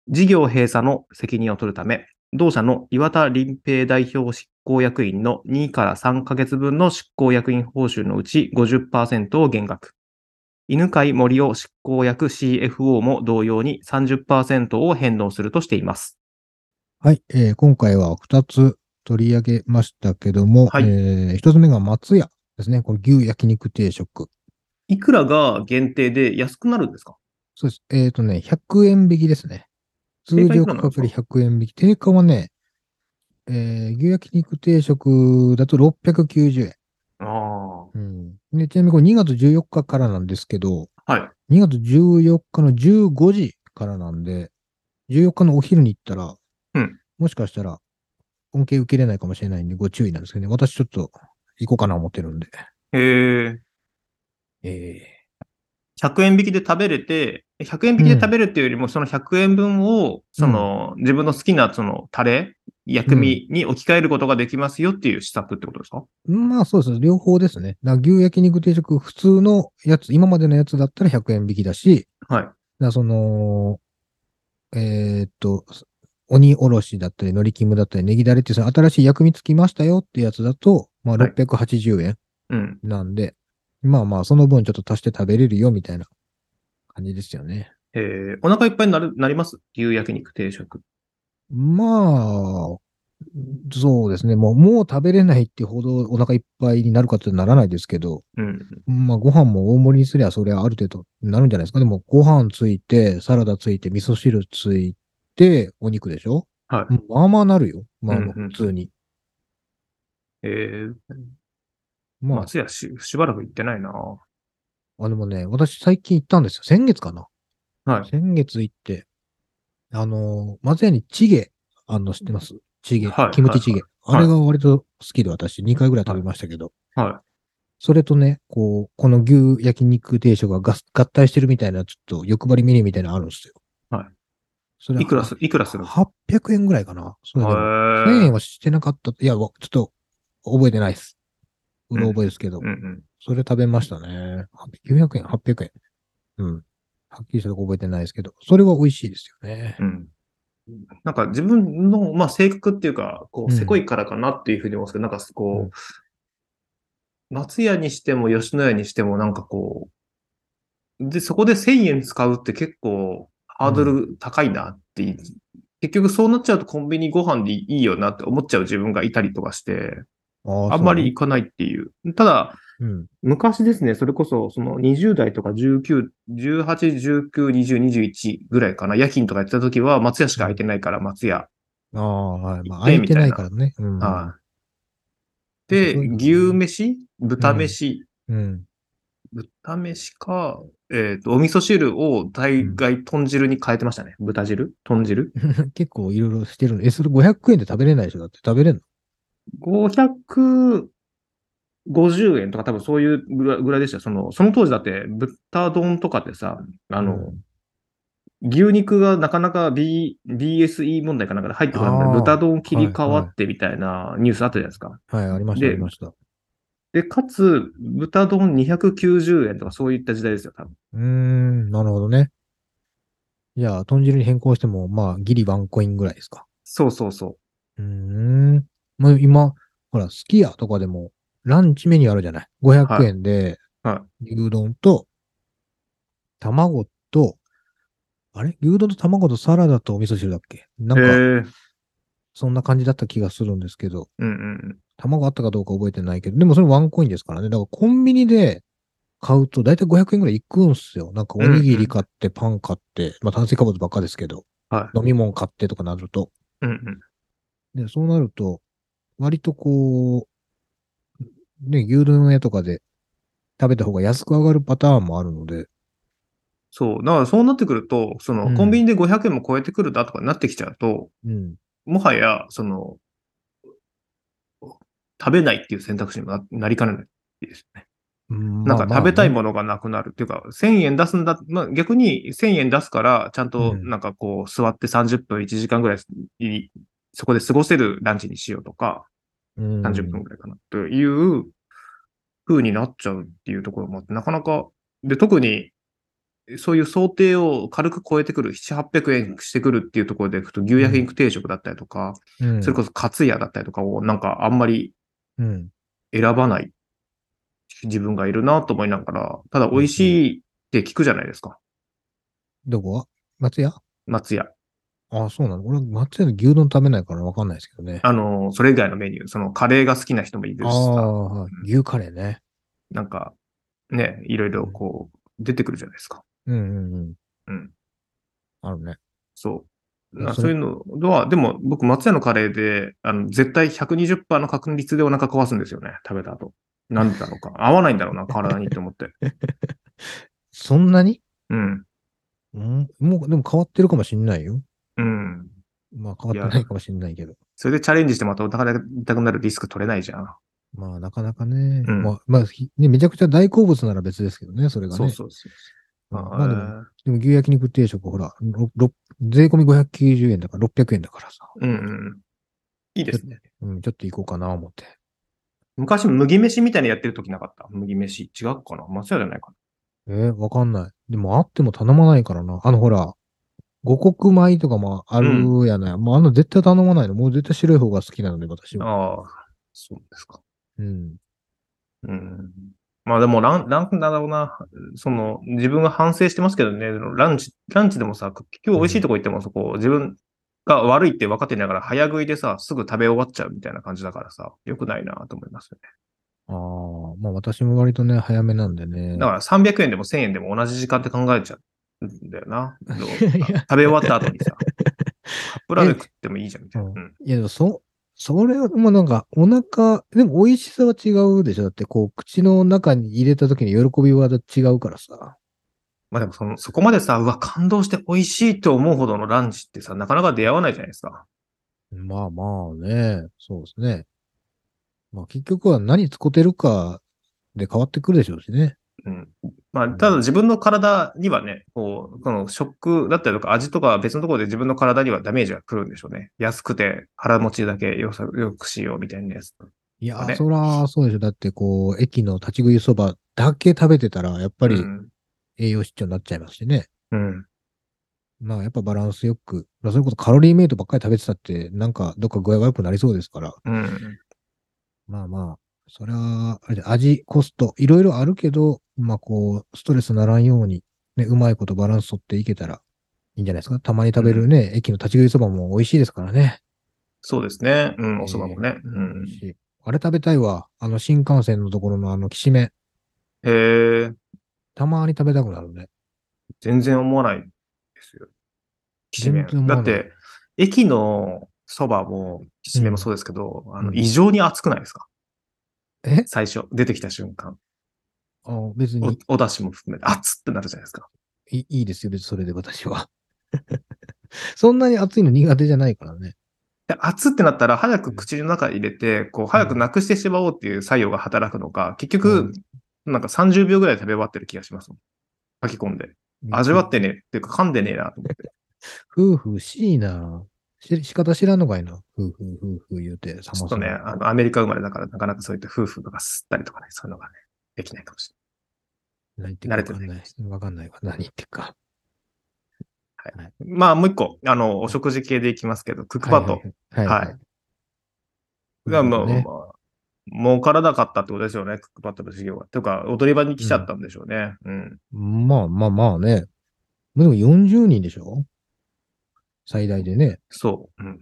S3: 事業閉鎖の責任を取るため、同社の岩田林平代表執行役員の2から3ヶ月分の執行役員報酬のうち50%を減額。犬飼森尾執行役 CFO も同様に30%を返納するとしています。
S2: はい、えー今回は2つ取り上げましたけども、
S3: はい
S2: え1つ目が松屋ですね。これ牛焼肉定食。
S3: いくらが限定で安くなるんですか
S2: そうです。えっ、とね、100円引きですね。通
S3: 定価い
S2: 常
S3: くら
S2: 価
S3: なんです
S2: 格
S3: か
S2: より100円引き。定価はね、えー牛焼肉定食だと690円。
S3: あ
S2: うん、でちなみにこれ2月14日からなんですけど、
S3: あ。はい。
S2: 2月14日の15時からなんで、14日のお昼に行ったら、
S3: うん
S2: もしかしたら恩恵受けれないかもしれないんでご注意なんですけどね、私ちょっと行こうかな思ってるんで。
S3: へえ。
S2: え
S3: 100円引きで食べれて、100円引きで食べるっていうよりも、その100円分を、その、自分の好きな、その、タレ、薬味に置き換えることができますよっていう施策ってことですか、
S2: まあそうです。両方ですね。だから牛焼肉定食、普通のやつ、今までのやつだったら100円引きだし、
S3: はい
S2: だからその、えーっと、鬼おろしだったり、のりきむだったり、ネギだれっていう、その新しい薬味つきましたよってやつだと、まあ
S3: はい
S2: 680円
S3: うん。
S2: なんで、まあまあ、その分ちょっと足して食べれるよみたいな感じですよね。
S3: えー、お腹いっぱいになるなります牛焼肉定食。
S2: まあ、そうですね。もう、もう食べれないってほどお腹いっぱいになるかってならないですけど、
S3: うん。
S2: まあ、ご飯も大盛りにすりゃ、それはある程度なるんじゃないですか。でも、ご飯ついて、サラダついて、味噌汁ついて、お肉でしょ。
S3: はい
S2: まあまあなるよ。まあ、
S3: うんうん
S2: 普通に。
S3: えー、
S2: まあ、
S3: 松屋し、しばらく行ってないな
S2: あでもね、私最近行ったんですよ。先月かな。
S3: はい。
S2: 先月行って、あのー、松屋にチゲ、あの、知ってますチゲ、
S3: はい
S2: キムチチゲ。
S3: はい
S2: あれが割と好きで私、2回ぐらい食べましたけど。
S3: は
S2: それとね、こう、この牛焼肉定食がガス合体してるみたいな、ちょっと欲張りメニューみたいなのあるんですよ。
S3: はい。
S2: それ
S3: い。いくらす、いくらするんですか
S2: ?800 円ぐらいかな。そ
S3: へ
S2: れでも1000
S3: ー
S2: 円はしてなかった。いや、わちょっと、覚えてないです。うろ覚えですけど、
S3: うんうん。
S2: それ食べましたね。900円、800円。うん。はっきりしたとこ覚えてないですけど、それは美味しいですよね。
S3: うんなんか自分の、まあ、性格っていうか、こ
S2: う
S3: う、
S2: ん
S3: せこいからかなっていうふうに思うんですけど、なんか
S2: う
S3: こ
S2: ん
S3: う、松屋にしても吉野家にしても、なんかこう、で、そこで1000円使うって結構ハードル高いなって、結局そうなっちゃうとコンビニご飯でいいよなって思っちゃう自分がいたりとかして、
S2: あ
S3: あんまり、行かないっていう。ただ、
S2: そううん。
S3: 昔ですね、それこそ、その20代とか19、18、19、20、21ぐらいかな、夜勤とかやってた時は、松屋しか空いてないから、松屋。
S2: ああ、はい。まあ、
S3: 行って
S2: 空いてないからね。うん。
S3: はい。
S2: そ
S3: で、
S2: ういうのね
S3: 牛飯豚飯、
S2: うん。
S3: 豚飯か、えっ、と、お味噌汁を大概豚汁に変えてましたね。豚汁豚汁
S2: 結構いろいろしてるの。え、それ500円で食べれないでしょだって食べれんの
S3: ?550 円とか多分そういうぐらぐらいでしたよ。その、その当時だって豚丼とかってさ、あの、
S2: うん
S3: 牛肉がなかなか、B、BSE 問題かなんかで入ってこなくて、
S2: あー
S3: 豚丼切り替わってみたいなニュースあったじゃないですか。
S2: はい、ありました、あ
S3: で
S2: りました。う
S3: で、かつ、豚丼290円とかそういった時代ですよ、多分。
S2: ーん、なるほどね。じゃあ、豚汁に変更しても、まあ、ギリワンコインぐらいですか。
S3: そうそうそう
S2: ーん。もう今、ほら、すき家とかでも、ランチメニューあるじゃない。500円で、
S3: は
S2: 牛丼と、卵と、あれ牛丼と卵とサラダとお味噌汁だっけな
S3: へえ。
S2: んか、そんな感じだった気がするんですけど、
S3: うんうん
S2: 卵あったかどうか覚えてないけど、でもそれワンコインですからね。だからコンビニで買うと、だいたい500円ぐらいいくんすよ。なんかおにぎり買って、パン買って、まあ炭水化物ばっかですけど、
S3: うん。はい。
S2: 飲み物買ってとかなると。
S3: うんうん。
S2: で、そうなると、割とこう、ね、牛丼屋とかで食べた方が安く上がるパターンもあるので、
S3: そう。だからそうなってくると、その、
S2: うん
S3: コンビニで500円も超えてくるだとかになってきちゃうと、
S2: うん。
S3: もはや、その、食べないっていう選択肢にもななりかねないですね。
S2: な
S3: なんか食べたい
S2: ん。
S3: ものがなくなるっていうか、1000円出すんだ、まあ、逆に1000円出すから、ちゃんと
S2: うん
S3: なんかこう、座って30分、1時間ぐらいい、そこで過ごせるランチにしようとか、
S2: うん
S3: 30分ぐらいかなという風になっちゃうっていうところもあって、なかなか、で、特に、そういう想定を軽く超えてくる、7、800円してくるっていうところでいくと、牛焼肉定食だったりとか、
S2: うん
S3: それこそカツヤだったりとかをなんかあんまり
S2: うん。
S3: 選ばない自分がいるなと思いながら、ただ美味しいって聞くじゃないですか、
S2: どこは松屋
S3: 松屋。
S2: ああ、そうなの。俺、松屋で牛丼食べないからわかんないですけどね。
S3: あの、それ以外のメニュー、そのカレーが好きな人もいるしさ、
S2: ああ、はい牛カレーね。
S3: なんかね、いろいろこう出てくるじゃないですか。
S2: うんうんうん。
S3: うん。
S2: あるね。
S3: そう。
S2: いや
S3: な
S2: そ
S3: そう
S2: れ
S3: いうのは、でも僕、松屋のカレーで、あの絶対120%の確率でお腹壊すんですよね、食べた後。なんでだろうか。合わないんだろうな、体にって思って。
S2: そんなに
S3: うん。
S2: うん。もう、でも変わってるかもしんないよ。
S3: うん。
S2: まあ、変わってないかもしんないけど。
S3: それでチャレンジしてまたお腹が痛くなるリスク取れないじゃん。
S2: まあ、なかなかね。
S3: うん
S2: まあ、まあ、ひね、めちゃくちゃ大好物なら別ですけどね、それがね。
S3: そうそうそう。
S2: うん
S3: あー
S2: まあでも、でも牛焼肉定食、ほら、ろろ税込み590円だから600円だからさ。
S3: うんうん。いいですね。
S2: うん、ちょっと行こうかな、思って。
S3: 昔、麦飯みたいなのやってる時なかった。麦飯。違うかな松屋じゃないか
S2: えーわかんない。でも、あっても頼まないからな。あの、ほら、五穀米とかもあるやない。もうあの、絶対頼まないの。もう絶対白い方が好きなので、私
S3: な。
S2: は。
S3: ああ、そうですか。
S2: うん。
S3: うん。まあでもラン、ランクだろうな。その、自分が反省してますけどね、ランチ、ランチでもさ、結局美味しいとこ行ってもそこ、自分が悪いって分かってながら、早食いでさ、すぐ食べ終わっちゃうみたいな感じだからさ、良くないなと思いますよ
S2: ああ、まあ私も割とね、早めなんでね
S3: ね。。だから300円でも1000円でも同じ時間って考えちゃうんだよな。どう
S2: いや
S3: 食べ終わった後に さ、カップラーメン食ってもいいじゃんみたいな。
S2: え
S3: うん
S2: いや、でもそ、それは、もうなんか、お腹、でも美味しさは違うでしょ。だって、こう、口の中に入れた時に喜びは違うからさ。
S3: まあでもその、そこまでさ、うわ、感動して美味しいと思うほどのランチってさ、なかなか出会わないじゃないですか。
S2: まあまあね、そうですね。まあ結局は何使ってるかで変わってくるでしょうしね。
S3: うん。まあ、ただ自分の体にはね、こう、この食だったりとか味とかは別のところで自分の体にはダメージが来るんでしょうね。安くて腹持ちだけよさよくしようみたいなやつ。
S2: いや
S3: あれ
S2: ー、そら、そうでしょ。だって、こう、駅の立ち食いそばだけ食べてたら、やっぱ
S3: う
S2: り
S3: ん。
S2: 栄養失調になっちゃいますしね。
S3: うん。
S2: まあ、やっぱバランスよく、まあ、それこそカロリーメイトばっかり食べてたって、なんかどっか具合悪くなりそうですから。
S3: うん。
S2: まあまあ、それは、あれで味、コスト、いろいろあるけど、まあこう、ストレスならんように、ね、うまいことバランス取っていけたらいいんじゃないですか。たまに食べるね、駅の立ち食いそばも美味しいですからね。
S3: そうですね。うん、お蕎麦もね。うん。
S2: しあれ食べたいわ。あの新幹線のところのあの、きしめん。
S3: へえ。
S2: たまに食べたくなるね。
S3: 全然思わないですよ。きしめ
S2: 全然
S3: ん。
S2: 思
S3: だ
S2: わな
S3: っ
S2: い
S3: て、駅のそばも、きしめんもそうですけど、あの、異常に熱くないですか
S2: え
S3: 最初、出てきた瞬間。
S2: あ別に
S3: お、お出汁も含めて、熱ってなるじゃないですか。
S2: いいいいですよ、別にそれで私は。 そんなに熱いの苦手じゃないからね。
S3: で熱ってなったら、早く口の中に入れて、こう、早くなくしてしまおうっていう作用が働くのか、結局、なんか30秒ぐらいで食べ終わってる気がしますもん。書き込んで。味わってねえっていうか、噛んでねえなと思って。
S2: 夫婦しいな。し仕方知らんのかいな。夫婦、夫婦言うて、さ
S3: ちょっとね、あの、アメリカ生まれだから、なかなかそういった夫婦とか吸ったりとかね、そういうのがね、できないかもしれない。
S2: 何言ってるかわかんない。わかんないわ。何言ってるか。
S3: まあ、もう一個、あの、お食事系でいきますけど、クックパッド。
S2: はいはいはい。はいはい
S3: はが、まあ、
S2: ね
S3: まあ、儲からなかったってことですよね、クックパッドの事業が。というか、踊り場に来ちゃったんでしょうね。うん。
S2: まあまあまあね。でも40人でしょ最大でね、
S3: そう。うん。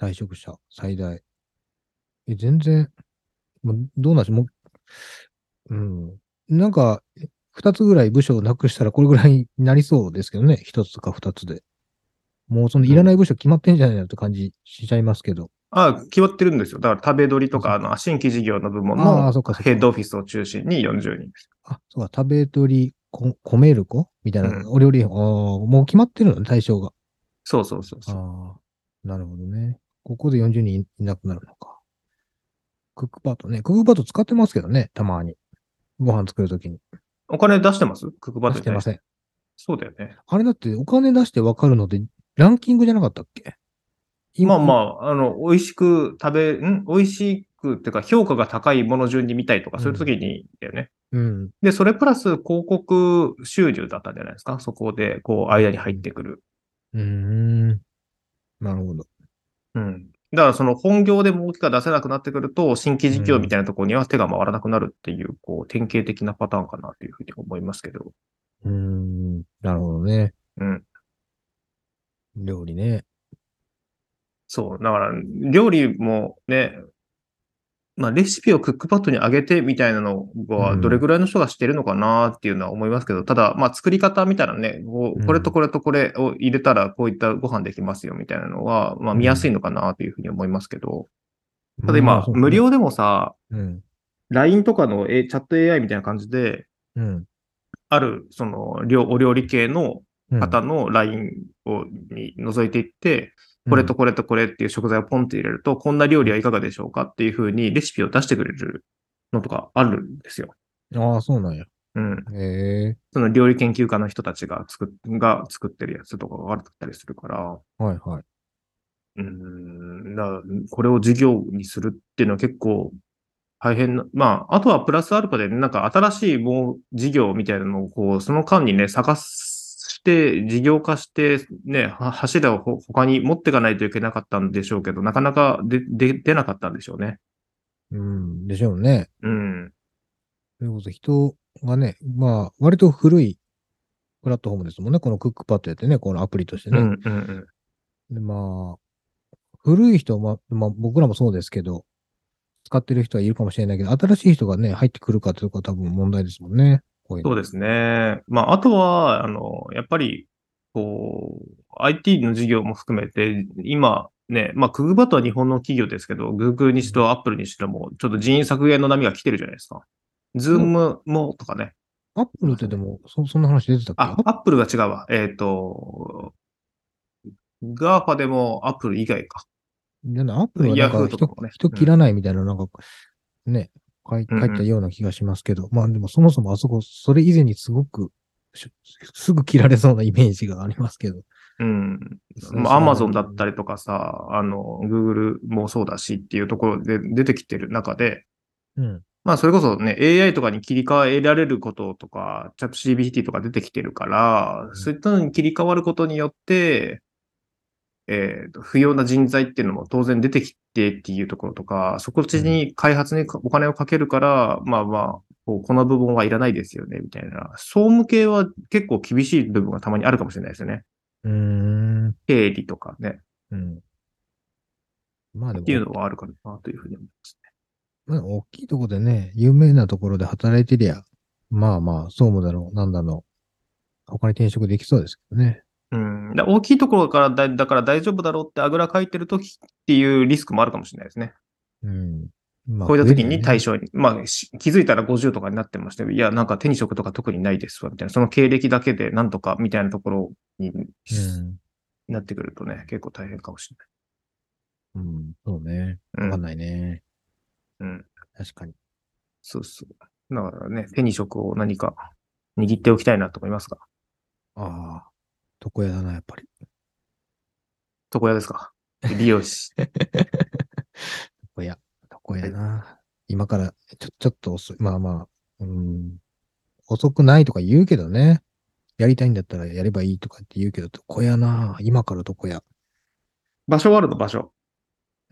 S2: 退職者、最大。え、全然、もうどうなんでしょうもう、うん。なんか、2つぐらい部署をなくしたらこれぐらいになりそうですけどね。1つか2つで。もうそのいらない部署決まってんじゃないのって感じしちゃいますけど。
S3: あ、決まってるんですよ。だから、食べ取りとか、あの、新規事業の部門
S2: あ
S3: の
S2: あ、そっかそっか
S3: ヘッドオフィスを中心に40人。
S2: あ、そうか、食べ取り、こ米る子みたいな、
S3: うん
S2: お料理、あーもう決まってるのね、対象が。
S3: そうそうそうそう。
S2: ああ、なるほどね。ここで40人いなくなるのか。クックパッドね。クックパッド使ってますけどね、たまに。ご飯作るときに。
S3: お金出してますクックパッド
S2: 出してませ
S3: ん。
S2: ん。
S3: そうだよね。
S2: あれだってお金出してわかるので、ランキングじゃなかったっけ
S3: まあま
S2: あ。
S3: あ、あの、美味しく食べ、ん美味しくっていうか、評価が高いもの順に見たいとか、そういう時にだよね。
S2: うん。
S3: で、それプラス広告収入だったんじゃないですかそこで、こう、間に入ってくる。
S2: うーん。なるほど。
S3: うん。だから、その本業で儲けが出せなくなってくると、新規事業みたいなところには手が回らなくなるっていう、こう、典型的なパターンかなというふうに思いますけど。
S2: うーん。なるほどね。
S3: うん。
S2: 料理ね。
S3: そう。だから、料理もね、まあ、レシピをクックパッドに上げてみたいなの
S2: う
S3: は、
S2: ん
S3: どれぐらいの人がしてるのかなっていうのは思いますけど、ただ、まあ、作り方みたいなね、こ
S2: う
S3: うんこれとこれとこれを入れたら、こういったご飯できますよみたいなのは、まあ、見やすいのかなというふうに思いますけど、ただ
S2: ま
S3: 今
S2: あ、そうね
S3: 無。料でもさ、
S2: うん。
S3: LINE とかの、えチャット AI みたいな感じで、
S2: うん。
S3: ある、その、料お料理系の
S2: うん
S3: 方の LINE を、に覗いていって、これとこれとこれっていう食材をポンって入れると、こんな料理はいかがでしょうかっていう風にレシピを出してくれるのとかあるんですよ。
S2: うん。ああ、そうなんや。
S3: うん。
S2: へえ。
S3: その料理研究家の人たちが作っが作ってるやつとかがあったりするから、
S2: はいはい。
S3: うん、だからこれを事業にするっていうのは結構大変な、まあ、あとはプラスアルファで、なんか新しいもう事業みたいなのを、こう、その間にね、探して、事業化して、ね、は柱をほ他に持っていかないといけなかったんでしょうけど、なかなか出、で出なかったんでしょうね。
S2: うん。でしょうね。
S3: うん。
S2: ということで、人がね、まあ、割と古いプラットフォームですもんね。このクックパッドやってね、このアプリとして
S3: うん、う
S2: ね。
S3: ん、うん。
S2: でまあ、古い人、まあ、まあ、僕らもそうですけど、使ってる人はいるかもしれないけど、新しい人がね、入ってくるかということは多分問題ですもんね。こういう
S3: そうですね。まあ、あとは、あの、やっぱり、こう、IT の事業も含めて、今、ね、まあ、クグバとは日本の企業ですけど、Google にしろ Apple にしろも、ちょっと人員削減の波が来てるじゃないですか。ズームもとかね。
S2: アップルってでも、そそんな話出てたっけ
S3: あ、Apple が違うわ。えっ、と、GAFA でも Apple 以外か。
S2: じゃないアップルはなんか
S3: Yahoo と
S2: 人,、
S3: かもね
S2: 人切らないみたいな、なんか、ね、書い書いたような気がしますけど、まあでもそもそもあそこ、それ以前にすごくし、すぐ切られそうなイメージがありますけど。
S3: うん。まあ、Amazon だったりとかさ、あの、Google もそうだしっていうところで出てきてる中で、
S2: うん。
S3: まあ、それこそね、AI とかに切り替えられることとか、チャット GPT とか出てきてるから、
S2: うん
S3: そういったのに切り替わることによって、えーと不要な人材っていうのも当然出てきてっていうところとか、そこっちに開発にお金をかけるから、まあまあ、こうこの部分はいらないですよね、みたいな。総務系は結構厳しい部分がたまにあるかもしれないですよね。
S2: うーん。
S3: 経理とかね。
S2: うん。まあで
S3: っ
S2: も
S3: ていうのはあるかなというふうに思います。
S2: まあ、大きいとこでね、有名なところで働いてりゃ、まあまあ、総務だろう、なんだろう。他に転職できそうですけどね。
S3: うん、だ大きいところからだだから大丈夫だろうってあぐらかいてるときっていうリスクもあるかもしれないですね。
S2: うん。まあ
S3: こういった時に対
S2: 処。
S3: 象に、まあ、し気づいたら50とかになってまして、いや、なんか手に職とか特にないですわ、みたいな、その経歴だけでなんとかみたいなところに、
S2: うん。
S3: なってくるとね、結構大変かもし
S2: うん。そうね。
S3: れ
S2: わ
S3: な
S2: か
S3: い。
S2: んないね。
S3: うん。うん、
S2: 確かに。
S3: そうそう。だからね、手に職を何か握っておきたいなと思いますが、
S2: ああ。床屋だな、やっぱり。
S3: 床屋です か。美容師。
S2: 床屋。床屋な。今から、ちょ、ちょっと遅い。まあまあ、うん。遅くないとか言うけどね。やりたいんだったらやればいいとかって言うけど、床屋な。今から床屋。
S3: 場所はあるの、場所。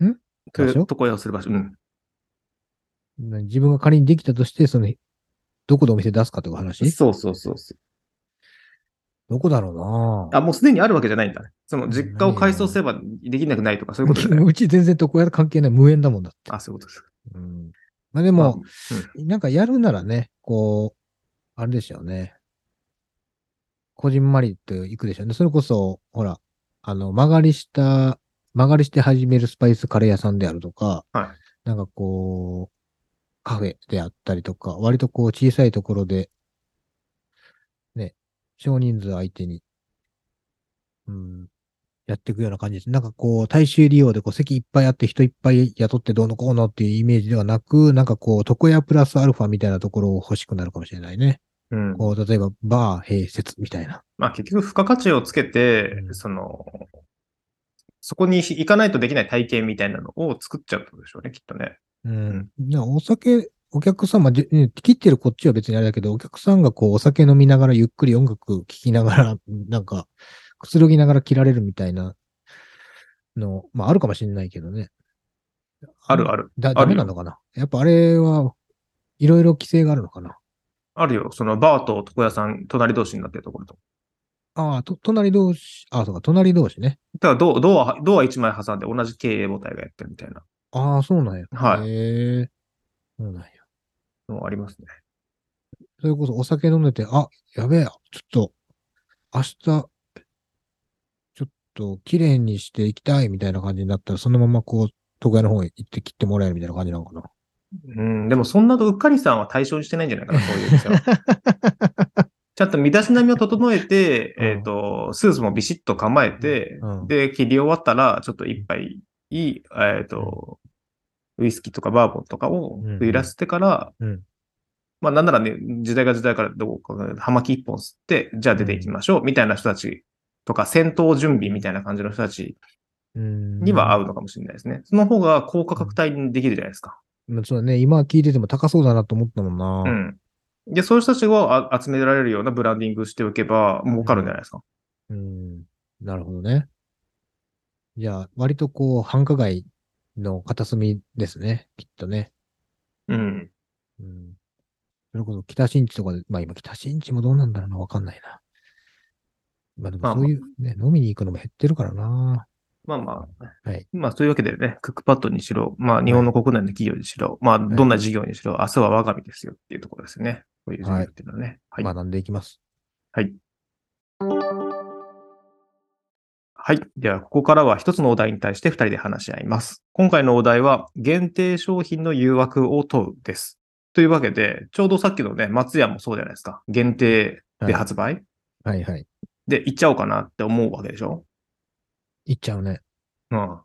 S2: ん
S3: と
S2: 場所
S3: 床屋をする場所。うん。
S2: な自分が仮にできたとして、その、どこでお店出すかとか話
S3: そうそうそうそう。
S2: どこだろうな
S3: あ、もうすでにあるわけじゃないんだね。その実家を改装すればできなくないとか、そういうことじゃない。
S2: うち全然床屋関係ない。無縁だもんだって。
S3: あ、そういうことです。
S2: うん、まあで
S3: まあ
S2: も、なんかやるならね、こう、あれですよね。こじんまりと行くでしょうね。それこそ、ほら、あの、曲がりした、曲がりして始めるスパイスカレー屋さんであるとか、
S3: はい
S2: なんかこう、カフェであったりとか、割とこう小さいところで、ね、少人数相手に、うん、やっていくような感じです。なんかこう、大衆利用でこう席いっぱいあって人いっぱい雇ってどうのこうのっていうイメージではなく、なんかこう、床屋プラスアルファみたいなところを欲しくなるかもしれないね。
S3: うん。
S2: こう、例えばバー併設みたいな。
S3: まあ結局付加価値をつけて、
S2: うん
S3: その、そこに行かないとできない体験みたいなのを作っちゃうってことでしょうね、きっとね。
S2: うん。なお酒、お客様、じうん切ってるこっちは別にあれだけど、お客さんがこう、お酒飲みながらゆっくり音楽聴きながら、 なんか、くつろぎながら切られるみたいなの、まああるかもしれないけどね。
S3: あるある。
S2: だ、
S3: あ
S2: ダ
S3: る
S2: メ
S3: よ
S2: なのかなやっぱあれは、いろいろ規制があるのかな
S3: あるよ。そのバーと床屋さん、隣同士になってるところと。
S2: ああ、と、隣同士、ああ、そうか、隣同士ね。
S3: だからドアドア、ドア1枚挟んで同じ経営母体がやってるみたいな
S2: ああ、そうなんや。
S3: はい
S2: へえ。そうなんや。
S3: のありますね。
S2: それこそお酒飲んでて、あ、やべえ、ちょっと、明日、ちょっと、綺麗にしていきたいみたいな感じになったら、そのままこう、東海の方へ行って切ってもらえるみたいな感じなのかな。
S3: うん、でもそんなとうっかりさんは対象にしてないんじゃないかな、そういう店 はちゃんと身だしなみを整えて、
S2: うん
S3: えっ、と、スーツもビシッと構えて、
S2: うん
S3: で、切り終わったら、ちょっと一杯いい、えっ、と、ウイスキーとかバーボンとかを
S2: うん
S3: 食いらせてから、
S2: うん
S3: まあなんならね、時代が時代からどうか、葉巻一本吸って、じゃあ出ていきましょう、みたいな人たちとか、戦闘準備みたいな感じの人たち
S2: うん
S3: には合うのかもしれないですね。その方が高価格帯にできるじゃないですか。
S2: まあそうだね、今聞いてても高そうだなと思ったもんな。
S3: うん。で、そういう人たちをあ集められるようなブランディングしておけば、儲かるんじゃないですか。
S2: うん。なるほどね。じゃあ、割とこう、繁華街の片隅ですね、きっとね。
S3: うん。
S2: うん。それこそ北新地とかで、まあ今北新地もどうなんだろうな、わかんないな。まあで
S3: ま
S2: も
S3: あ
S2: そういうね、飲みに行くのも減ってるからな。
S3: まあまあ。
S2: はい
S3: まあ、そういうわけでね、クックパッドにしろ、まあ、日本の国内の企業にしろ、まあ、
S2: い
S3: どんな事業にしろ、明日は我が身ですよっていうところですね。こういう事業っていうのはね。はい。
S2: 学んでいきます。
S3: はい。はい。では、ここからは一つのお題に対して二人で話し合います。今回のお題は、限定商品の誘惑を問うです。というわけで、ちょうどさっきのね、松屋もそうじゃないですか。限定で発売、
S2: はいはい。
S3: で、行っちゃおうかなって思うわけでしょ
S2: いっちゃうね。
S3: うん。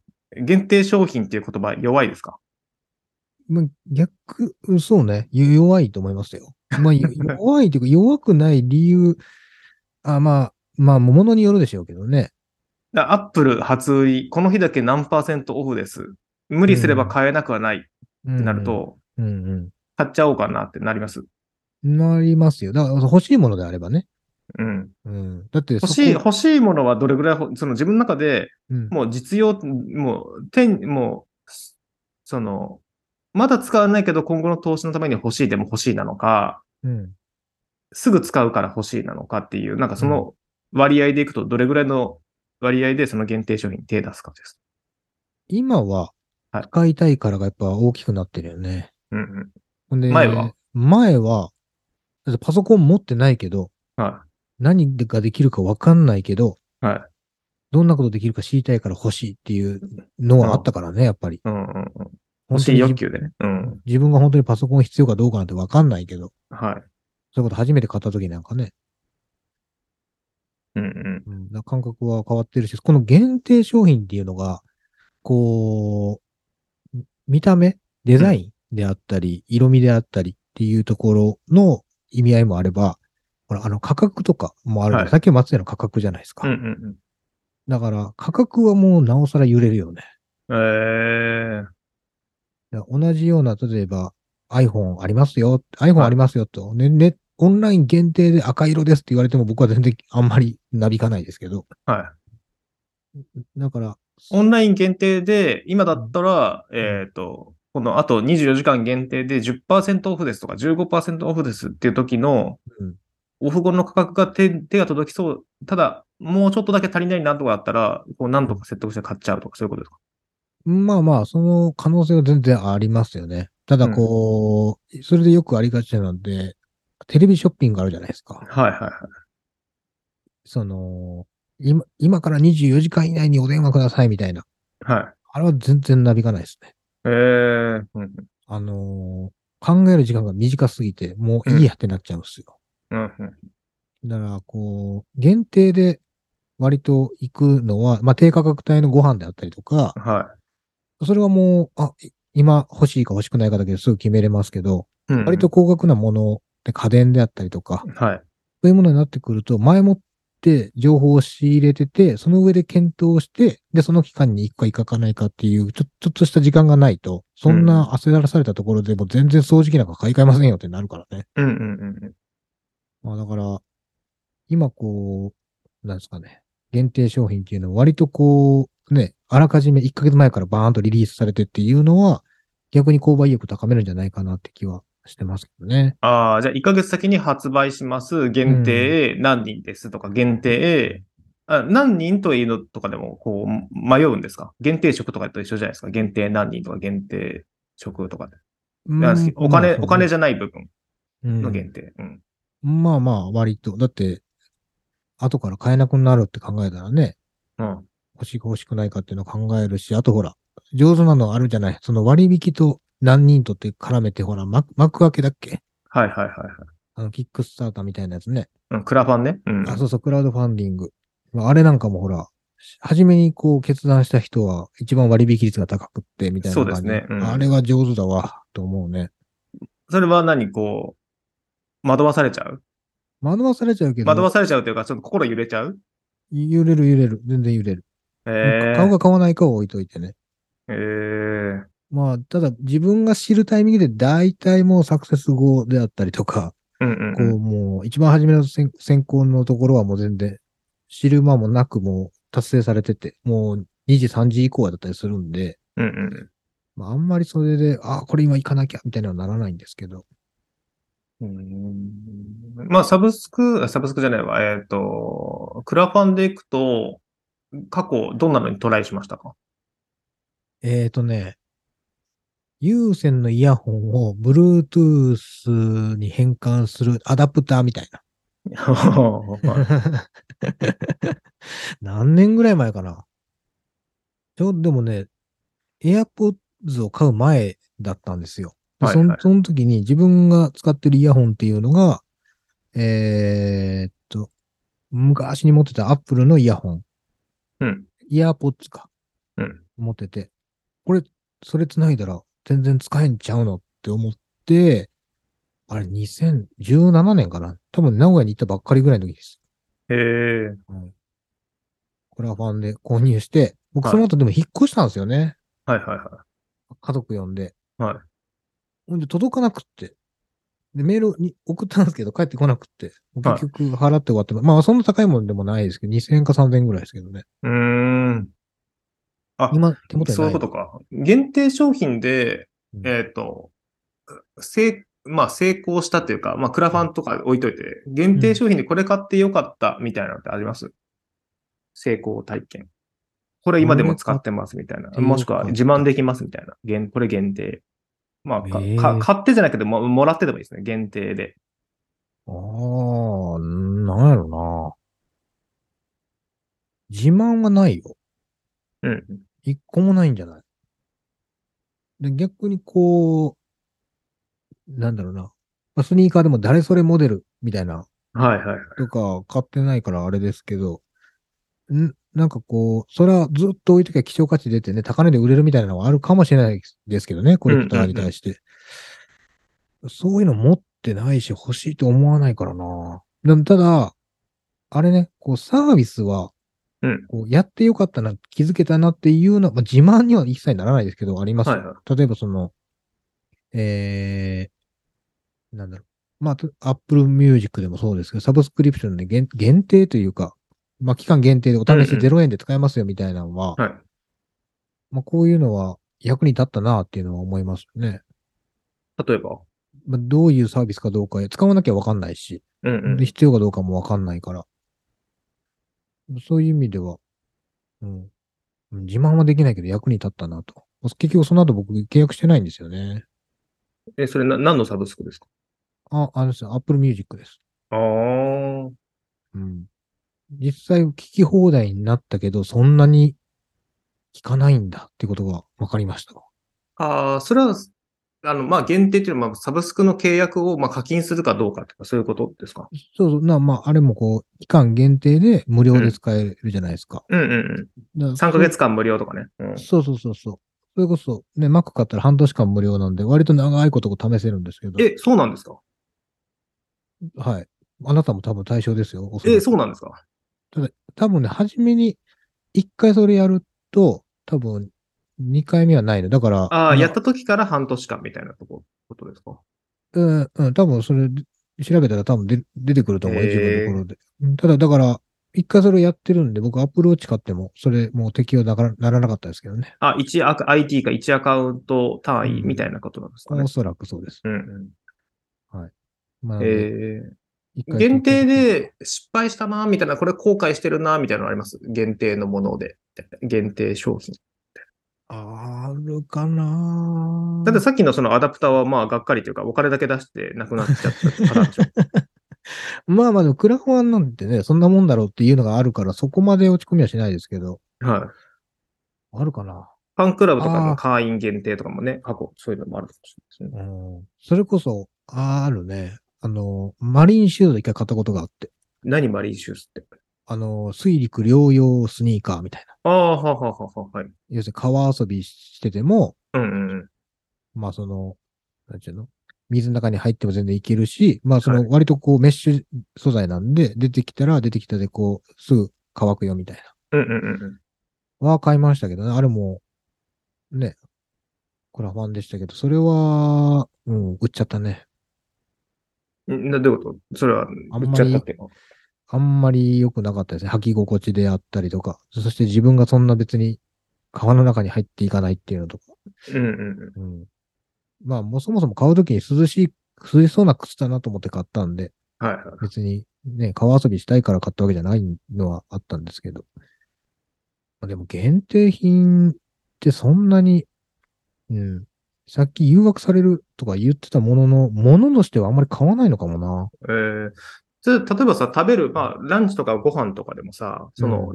S3: 限定商品っていう言葉弱いですか
S2: まあ、逆、うんそうね。よ弱いと思いますよ。まあ、よ 弱いというか、弱くない理由、あまあ、まあ、ものによるでしょうけどね。
S3: だアップル初売り、この日だけ何パーセントオフです。無理すれば買えなくはないっ
S2: うん
S3: てなると、
S2: うん、うん
S3: 買っちゃおうかなってなります。
S2: うん。なりますよ。だから、欲しいものであればね。
S3: うん。
S2: うん。だってそ
S3: 欲
S2: こ、
S3: しい、欲しいものはどれぐらいほ、その自分の中で、
S2: うん、
S3: もう実用、もう、天、もう、その、まだ使わないけど今後の投資のために欲しいでも欲しいなのか、
S2: うん。
S3: すぐ使うから欲しいなのかっていう、なんかその割合でいくとどれぐらいの割合でその限定商品に手出すかです。
S2: 今は
S3: はい、
S2: 使いたいからがやっぱ大きくなってるよね。
S3: うんうん。
S2: ほんで
S3: 前は
S2: 前は、だってパソコン持ってないけど、
S3: は
S2: 何ができるかわかんないけど、
S3: い。はい。
S2: どんなことできるか知りたいから欲しいっていうのはあったからね、やっぱり。
S3: うんうんうん。欲しい欲求でね。うん。
S2: 自分が本当にパソコン必要かどうかなんてわかんないけど、
S3: はい。
S2: そういうこと初めて買った時なんかね、
S3: うんうん。
S2: うん、だから感覚は変わってるし、この限定商品っていうのが、こう、見た目、デザインであったり、色味であったりっていうところの意味合いもあれば、ほら、あの価格とかもある、
S3: はい
S2: さっきの松屋の価格じゃないです
S3: う
S2: か。
S3: んうん
S2: だから、価格はもうなおさら揺れるよね。
S3: うん。えー。
S2: だから同じような、例えば iPhone ありますよ、iPhone
S3: はい
S2: ありますよと、ね、ね、オンライン限定で赤色ですって言われても僕は全然あんまりなびかないですけど、
S3: は
S2: だから、
S3: オンライン限定で、今だったら、えっ、と、このあと24時間限定で10%オフですとか15%オフですっていう時の
S2: うん、
S3: オフ後の価格が手手が届きそう。ただ、もうちょっとだけ足りないなとかあったら、こう何とか説得して買っちゃうとか、そういうことですか。
S2: まあまあ、その可能性は全然ありますよね。ただこう、それでよくありがちなので、テレビショッピングあるじゃないですか。
S3: はいはいはい。
S2: その、今今から24時間以内にお電話くださいみたいな。
S3: はい。
S2: あれは全然なびかないですね。
S3: えー、うん
S2: あのー考える時間が短すぎて、もういいやってなっちゃうんですよ。
S3: うんうん
S2: だから、こう、限定で割と行くのは、まあ、低価格帯のご飯であったりとか、
S3: は
S2: それはもう、あ、い今欲しいか欲しくないかだけですぐ決めれますけど、
S3: い。うん
S2: 割と、高額なもので家電であったりとか、
S3: はい。
S2: そういうものになってくると、前もって情報を仕入れてて、その上で検討して、で、その期間に行くか行かないかっていう、ちょちょっとした時間がないと、そんな焦らされたところでもう全然掃除機なんか買い替えませんよってなるからね。
S3: うんうんうん
S2: まあだから、今こう、なんですかね、限定商品っていうのは割とこう、ね、あらかじめ1ヶ月前からバーンとリリースされてっていうのは、逆に購買意欲高めるんじゃないかなって気はしてますけどね。
S3: ああ、じゃあ1ヶ月先に発売します。限定何人ですとか、限定、あ何人というのとかでもこう迷うんですか限定食とかと一緒じゃないですか限定何人とか限定食とかで。
S2: う
S3: お
S2: んまあ
S3: 金、
S2: そうね
S3: お金じゃない部分の
S2: うん
S3: 限定。うん。
S2: まあまあ、割と。だって、後から買えなくなるって考えたらね、
S3: うん。
S2: 欲しいか欲しくないかっていうのを考えるし、あとほら、上手なのあるじゃない。その割引と何人とって絡めて、ほら、幕幕開けだっけ
S3: はいはいはいはい。
S2: あの、キックスターターみたいなやつね。
S3: うん、クラファンね。うん。
S2: あ、そうそう、クラウドファンディング。まああれなんかもほら、初めにこう決断した人は一番割引率が高くって、みたいな感じ。
S3: そうですねうん
S2: あれは上手だわ、と思うね。
S3: それは何こう、惑わされちゃう
S2: 惑わされちゃうけど、
S3: 惑わされちゃうというか、ちょっと心揺れちゃう
S2: 揺れる揺れる。全然揺れる。
S3: ええ
S2: 買うか買わないかを置いといてね。
S3: えー
S2: まあ、ただ自分が知るタイミングで大体もうサクセス語であったりとか、
S3: うんうん
S2: こうもう一番初めの先先行のところはもう全然知る間もなくもう達成されてて、もう2時3時以降だったりするんで、
S3: うん。うんうん
S2: まああんまりそれで、ああ、これ今行かなきゃみたいにはならないんですけど。
S3: うーんまあ、サブスク、あサブスクじゃないわ。えっ、と、クラファンでいくと、過去、どんなのにトライしましたか
S2: えーとね、有線のイヤホンを Bluetooth に変換するアダプターみたいな。何年ぐらい前かな。ちょうどでもね、AirPods を買う前だったんですよ。で
S3: はい
S2: そ
S3: は
S2: の
S3: い
S2: その時に自分が使ってるイヤホンっていうのが、えーっと、昔に持ってた Apple のイヤホン。
S3: うん。
S2: イヤーポッツか。
S3: うん
S2: 持ってて。これ、それ繋いだら全然使えんちゃうのって思って、あれ、2017年かな多分名古屋に行ったばっかりぐらいの時です。
S3: へえ。
S2: クラファンで購入して、僕
S3: はい
S2: その後でも引っ越したんですよね。
S3: はいはいは
S2: 家族呼んで。
S3: はい。
S2: ほんで届かなくって。で、メールに送ったんですけど、帰ってこなくって。
S3: はい
S2: 結局払って終わって、まあそんな高いもんでもないですけど、2000円か3000円ぐらいですけどね。
S3: い。うーん。あ、
S2: 今、手元にない。
S3: そういうことか。限定商品で
S2: う、ん
S3: えっ、と、成、まあ成功したというか、まあクラファンとか置いといて、限定商品でこれ買ってよかったみたいなのってあります、成功体験。これ今でも使ってますみたいな
S2: これ買っ。て
S3: もしくは自慢できますみたいな。限これ限定。まあか、
S2: へえ
S3: か買ってじゃなくても、もらってでもいいですね。限定で。
S2: ああ、なんやろな。自慢はないよ。
S3: うん。
S2: 一個もないんじゃないで、逆にこう、なんだろうな。まあスニーカーでも誰それモデルみたいな
S3: はいはい。
S2: とか買ってないからあれですけど、んなんかこう、それはずっと置いときゃ希少価値出てね、高値で売れるみたいなのはあるかもしれないですけどね、コレクターに対して。そういうの持ってないし、欲しいと思わないからな。でもただ、あれね、こうサービスは、
S3: うん
S2: こうやってよかったな、気づけたなっていうのは、まあ、自慢には一切ならないですけど、ありますよ。
S3: はいは
S2: 例えばその、えー、なんだろう。まあ、と Apple Music でもそうですけど、サブスクリプションで限限定というか、まあ、期間限定でお試し
S3: うんうん
S2: 0円で使えますよみたいなのは、
S3: はい。
S2: まあ、こういうのは役に立ったなっていうのは思いますね。
S3: 例えば。
S2: まあ、どういうサービスかどうか、使わなきゃわかんないし、
S3: うんうん
S2: で。必要かどうかもわかんないから。そういう意味では、うん。自慢はできないけど役に立ったなと。結局その後僕契約してないんですよね。
S3: え、それな何のサブスクですか
S2: あ、あれですよ。Apple Music です。
S3: ああ。
S2: うん。実際聞き放題になったけど、そんなに聞かないんだってことが分かりました。
S3: ああ、それは、あの、まあ、限定っていうのは、まあサブスクの契約を、まあ、課金するかどうかとか、そういうことですか
S2: そうそう。な、まあ、あれもこう、期間限定で無料で使えるじゃないですか。
S3: うんうんうん。
S2: だから
S3: 3ヶ月間無料とかね。うん。
S2: そうそうそうそう。それこそ、ね、Mac 買ったら半年間無料なんで、割と長いことこう試せるんですけど。
S3: え、そうなんですか
S2: はい。あなたも多分対象ですよ。おそら
S3: え、
S2: く
S3: そうなんですか
S2: 多分ね、初めに一回それやると、多分二回目はないの。だから、
S3: ああ、
S2: な
S3: やった時から半年間みたいなとこことですか
S2: うん、うん、多分それ、調べたら多分出出てくると思う、
S3: へー
S2: 自分のところで。うんただ、だから、一回それやってるんで、僕、アップルウォッチ買っても、それもう適用なからならなかったですけどね。
S3: あ、1アカ IT か1アカウント単位みたいなことなんですかね
S2: お。そらくそうです。
S3: うんうん。
S2: まあ
S3: え
S2: 一
S3: ー、
S2: 回
S3: 限定で失敗したな、みたいな、これ後悔してるな、みたいなのあります限定のもので。限定商品。
S2: あるかな
S3: だってさっきのそのアダプターはまあがっかりというかお金だけ出してなくなっちゃったからでしょ。
S2: まあまあでもクラファンなんてね、そんなもんだろうっていうのがあるから、そこまで落ち込みはしないですけど、
S3: はい。
S2: あるかな
S3: ファンクラブとか
S2: あ
S3: の
S2: ー
S3: 会員限定とかもね、過去そういうのもあるかもしれないですね。
S2: うん。それこそ、あるね。あの、マリンシューズ一回買ったことがあって、
S3: 何マリンシューズって。
S2: あの、水陸両用スニーカーみたい
S3: あ
S2: な。
S3: あ、はあはあはあはあはい。
S2: 要するに川遊びしてても、
S3: うんうんうん。
S2: まあその、なんていうの水の中に入っても全然いけるし、まあそ
S3: はい
S2: の割とこうメッシュ素材なんで、出てきたら出てきたでこう、すぐ乾くよみたいな。
S3: うんうんうんうん。
S2: は買いましたけどね。あれも、ね、クラファンでしたけど、それは、うん、売っちゃったね。
S3: んなどういうことそれは、
S2: あん
S3: 売っ
S2: まり
S3: ちゃったっていうのは
S2: あんまり良くなかったですね。履き心地であったりとか、そして自分がそんな別に川の中に入っていかないっていうのとか。
S3: うんうんうん。
S2: うん。まあ、もうそもそも買うときに涼しい、涼しそうな靴だなと思って買ったんで、
S3: はいはい。
S2: 別にね、川遊びしたいから買ったわけじゃないのはあったんですけど。まあ、でも限定品ってそんなに、うん。さっき誘惑されるとか言ってたものの、ものとしてはあんまり買わないのかもな。
S3: えー、それ例えばさ、食べる、まあ、ランチとかご飯とかでもさ、その、
S2: う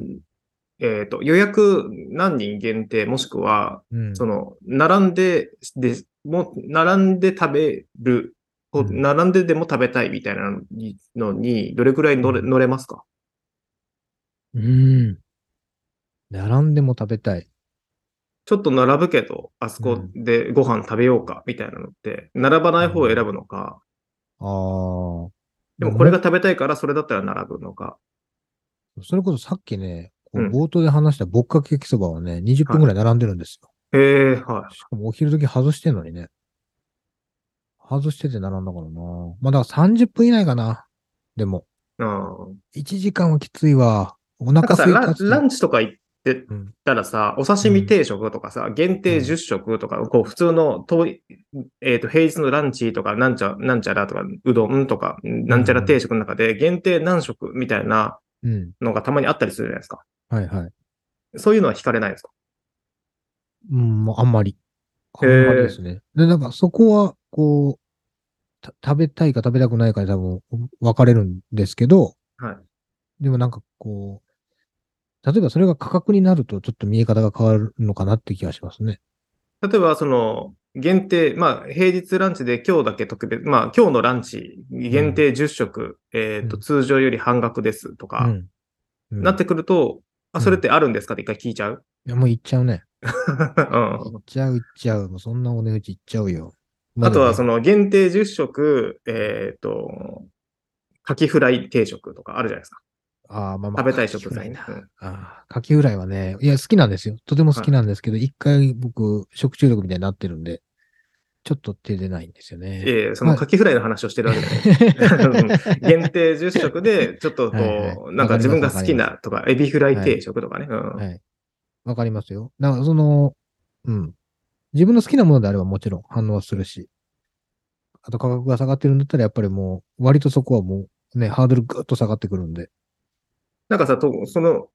S3: えっ、と、予約何人限定、もしくは、
S2: うん。
S3: その、並んで、で、も、並んで食べる、こう
S2: うん
S3: 並んででも食べたいみたいなのに、のにどれくらい乗れ乗れますか
S2: うん。並んでも食べたい。
S3: ちょっと並ぶけど、あそこでご飯食べようか、みたいなのって、並ばない方を選ぶのか、
S2: ああ。
S3: でもこれが食べたいからそれだったら並ぶのか。
S2: それこそさっきね、こ
S3: う
S2: うん冒頭で話したぼっかけ焼きそばはね、20分くらい並んでるんですよ。
S3: へえ、はい。
S2: しかもお昼時外してんのにね。外してて並んだからな。まあだから30分以内かな。でも、
S3: ああ。
S2: 1時間はきついわ。お
S3: なんか
S2: 腹
S3: さ、
S2: 空
S3: ラ
S2: い
S3: ン
S2: たっつって
S3: ランチとか行ってたらさ、お刺身定食とかさ、限定
S2: うん
S3: 10食とか、こう普通の遠い、えっ、と、平日のランチとか、なんちゃなんちゃらとか、うどんとか、なんちゃら定食の中で、限定何食みたいな
S2: うん。
S3: のがたまにあったりするじゃないですか。
S2: はいはい。
S3: そういうのは惹かれないですか
S2: うん、もうあんまり。あ
S3: へ
S2: ん
S3: ー
S2: まりですね。で、なんかそこは、こう、た食べたいか食べたくないかで多分分かれるんですけど、
S3: はい。
S2: でもなんかこう、例えばそれが価格になるとちょっと見え方が変わるのかなって気がしますね。
S3: 例えば、その、限定、まあ、平日ランチで今日だけ特別、まあ、今日のランチ、限定10食、えっ、と、
S2: うん
S3: 通常より半額ですとか、
S2: うん。うん
S3: なってくると、あ、それってあるんですかって一回聞いちゃ う、
S2: いや、もう行っちゃうね。
S3: うん
S2: 行っちゃう行っちゃう。もうそんなお値打ち行っちゃうよ。
S3: あとはそ
S2: の、
S3: の限定10食、えっ、と、カキフライ定食とかあるじゃないですか。
S2: あーまあまあ
S3: 食べたい
S2: カキ
S3: 食
S2: フライ
S3: 材。
S2: な。
S3: うん
S2: あーカキフライはね、いや、好きなんですよ。とても好きなんですけど、一、回僕、食中毒みたいになってるんで、ちょっと手出ないんですよ
S3: い
S2: ね。
S3: えいえそのカキフライの話をしてるわけじゃない。 うん限定10食で、ちょっとこう、
S2: はいはい
S3: なんか自分が好きなとか、エビフライ
S2: はい
S3: 定食とかね。うん
S2: はい。わかりますよ。だから、その、うん。自分の好きなものであればもちろん反応はするし、あと価格が下がってるんだったらやっぱりもう、割とそこはもうね、ハードルぐっと下がってくるんで。
S3: なんかさ、とその、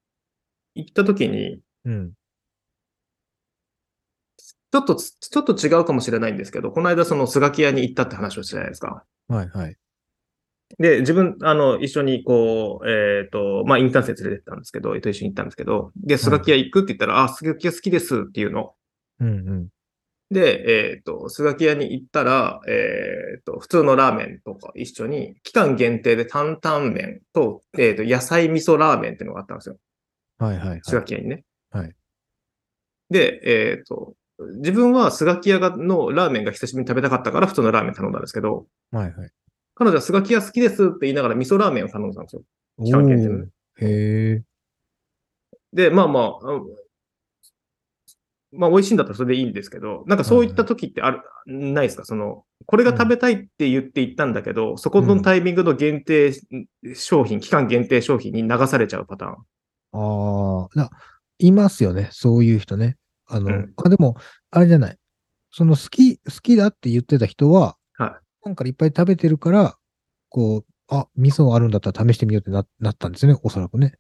S3: 行った時に、
S2: うん。
S3: ちょっとつ、ちょっと違うかもしれないんですけど、この間そのスガキ屋に行ったって話をしたじゃないですか。
S2: はいはい。
S3: で、自分、あの、一緒に、こう、えっ、と、まあ、インターン生連れてったんですけど、えっと一緒に行ったんですけど、で、スガキ屋行くって言ったら、あ、スガキ屋好きですっていうの。
S2: うんうん。
S3: で、えっ、と、スガキ屋に行ったら、えっ、と、普通のラーメンとか一緒に、期間限定で担々麺と、えっ、と、野菜味噌ラーメンっていうのがあったんですよ。
S2: はいはい、はい。
S3: スガキ屋にね。
S2: はい。
S3: で、えっ、と、自分はスガキ屋がのラーメンが久しぶりに食べたかったから、普通のラーメン頼んだんですけど、
S2: はいはい。
S3: 彼女はスガキ屋好きですって言いながら味噌ラーメンを頼んだんですよ。
S2: お
S3: 期間限定のね
S2: ーへえ。
S3: で、まあまあ、うんまあ美味しいんだったらそれでいいんですけど、なんかそういった時ってある、ないですかその、これが食べたいって言って行ったんだけど、そこのタイミングの限定商品、期間限定商品に流されちゃうパターン。
S2: ああ、ないますよね。そういう人ね。あの、
S3: うん
S2: あでも、あれじゃない。その好き、好きだって言ってた人は、
S3: はい
S2: なんからいっぱい食べてるから、こう、あ、味噌あるんだったら試してみようってななったんですよね。おそらくね。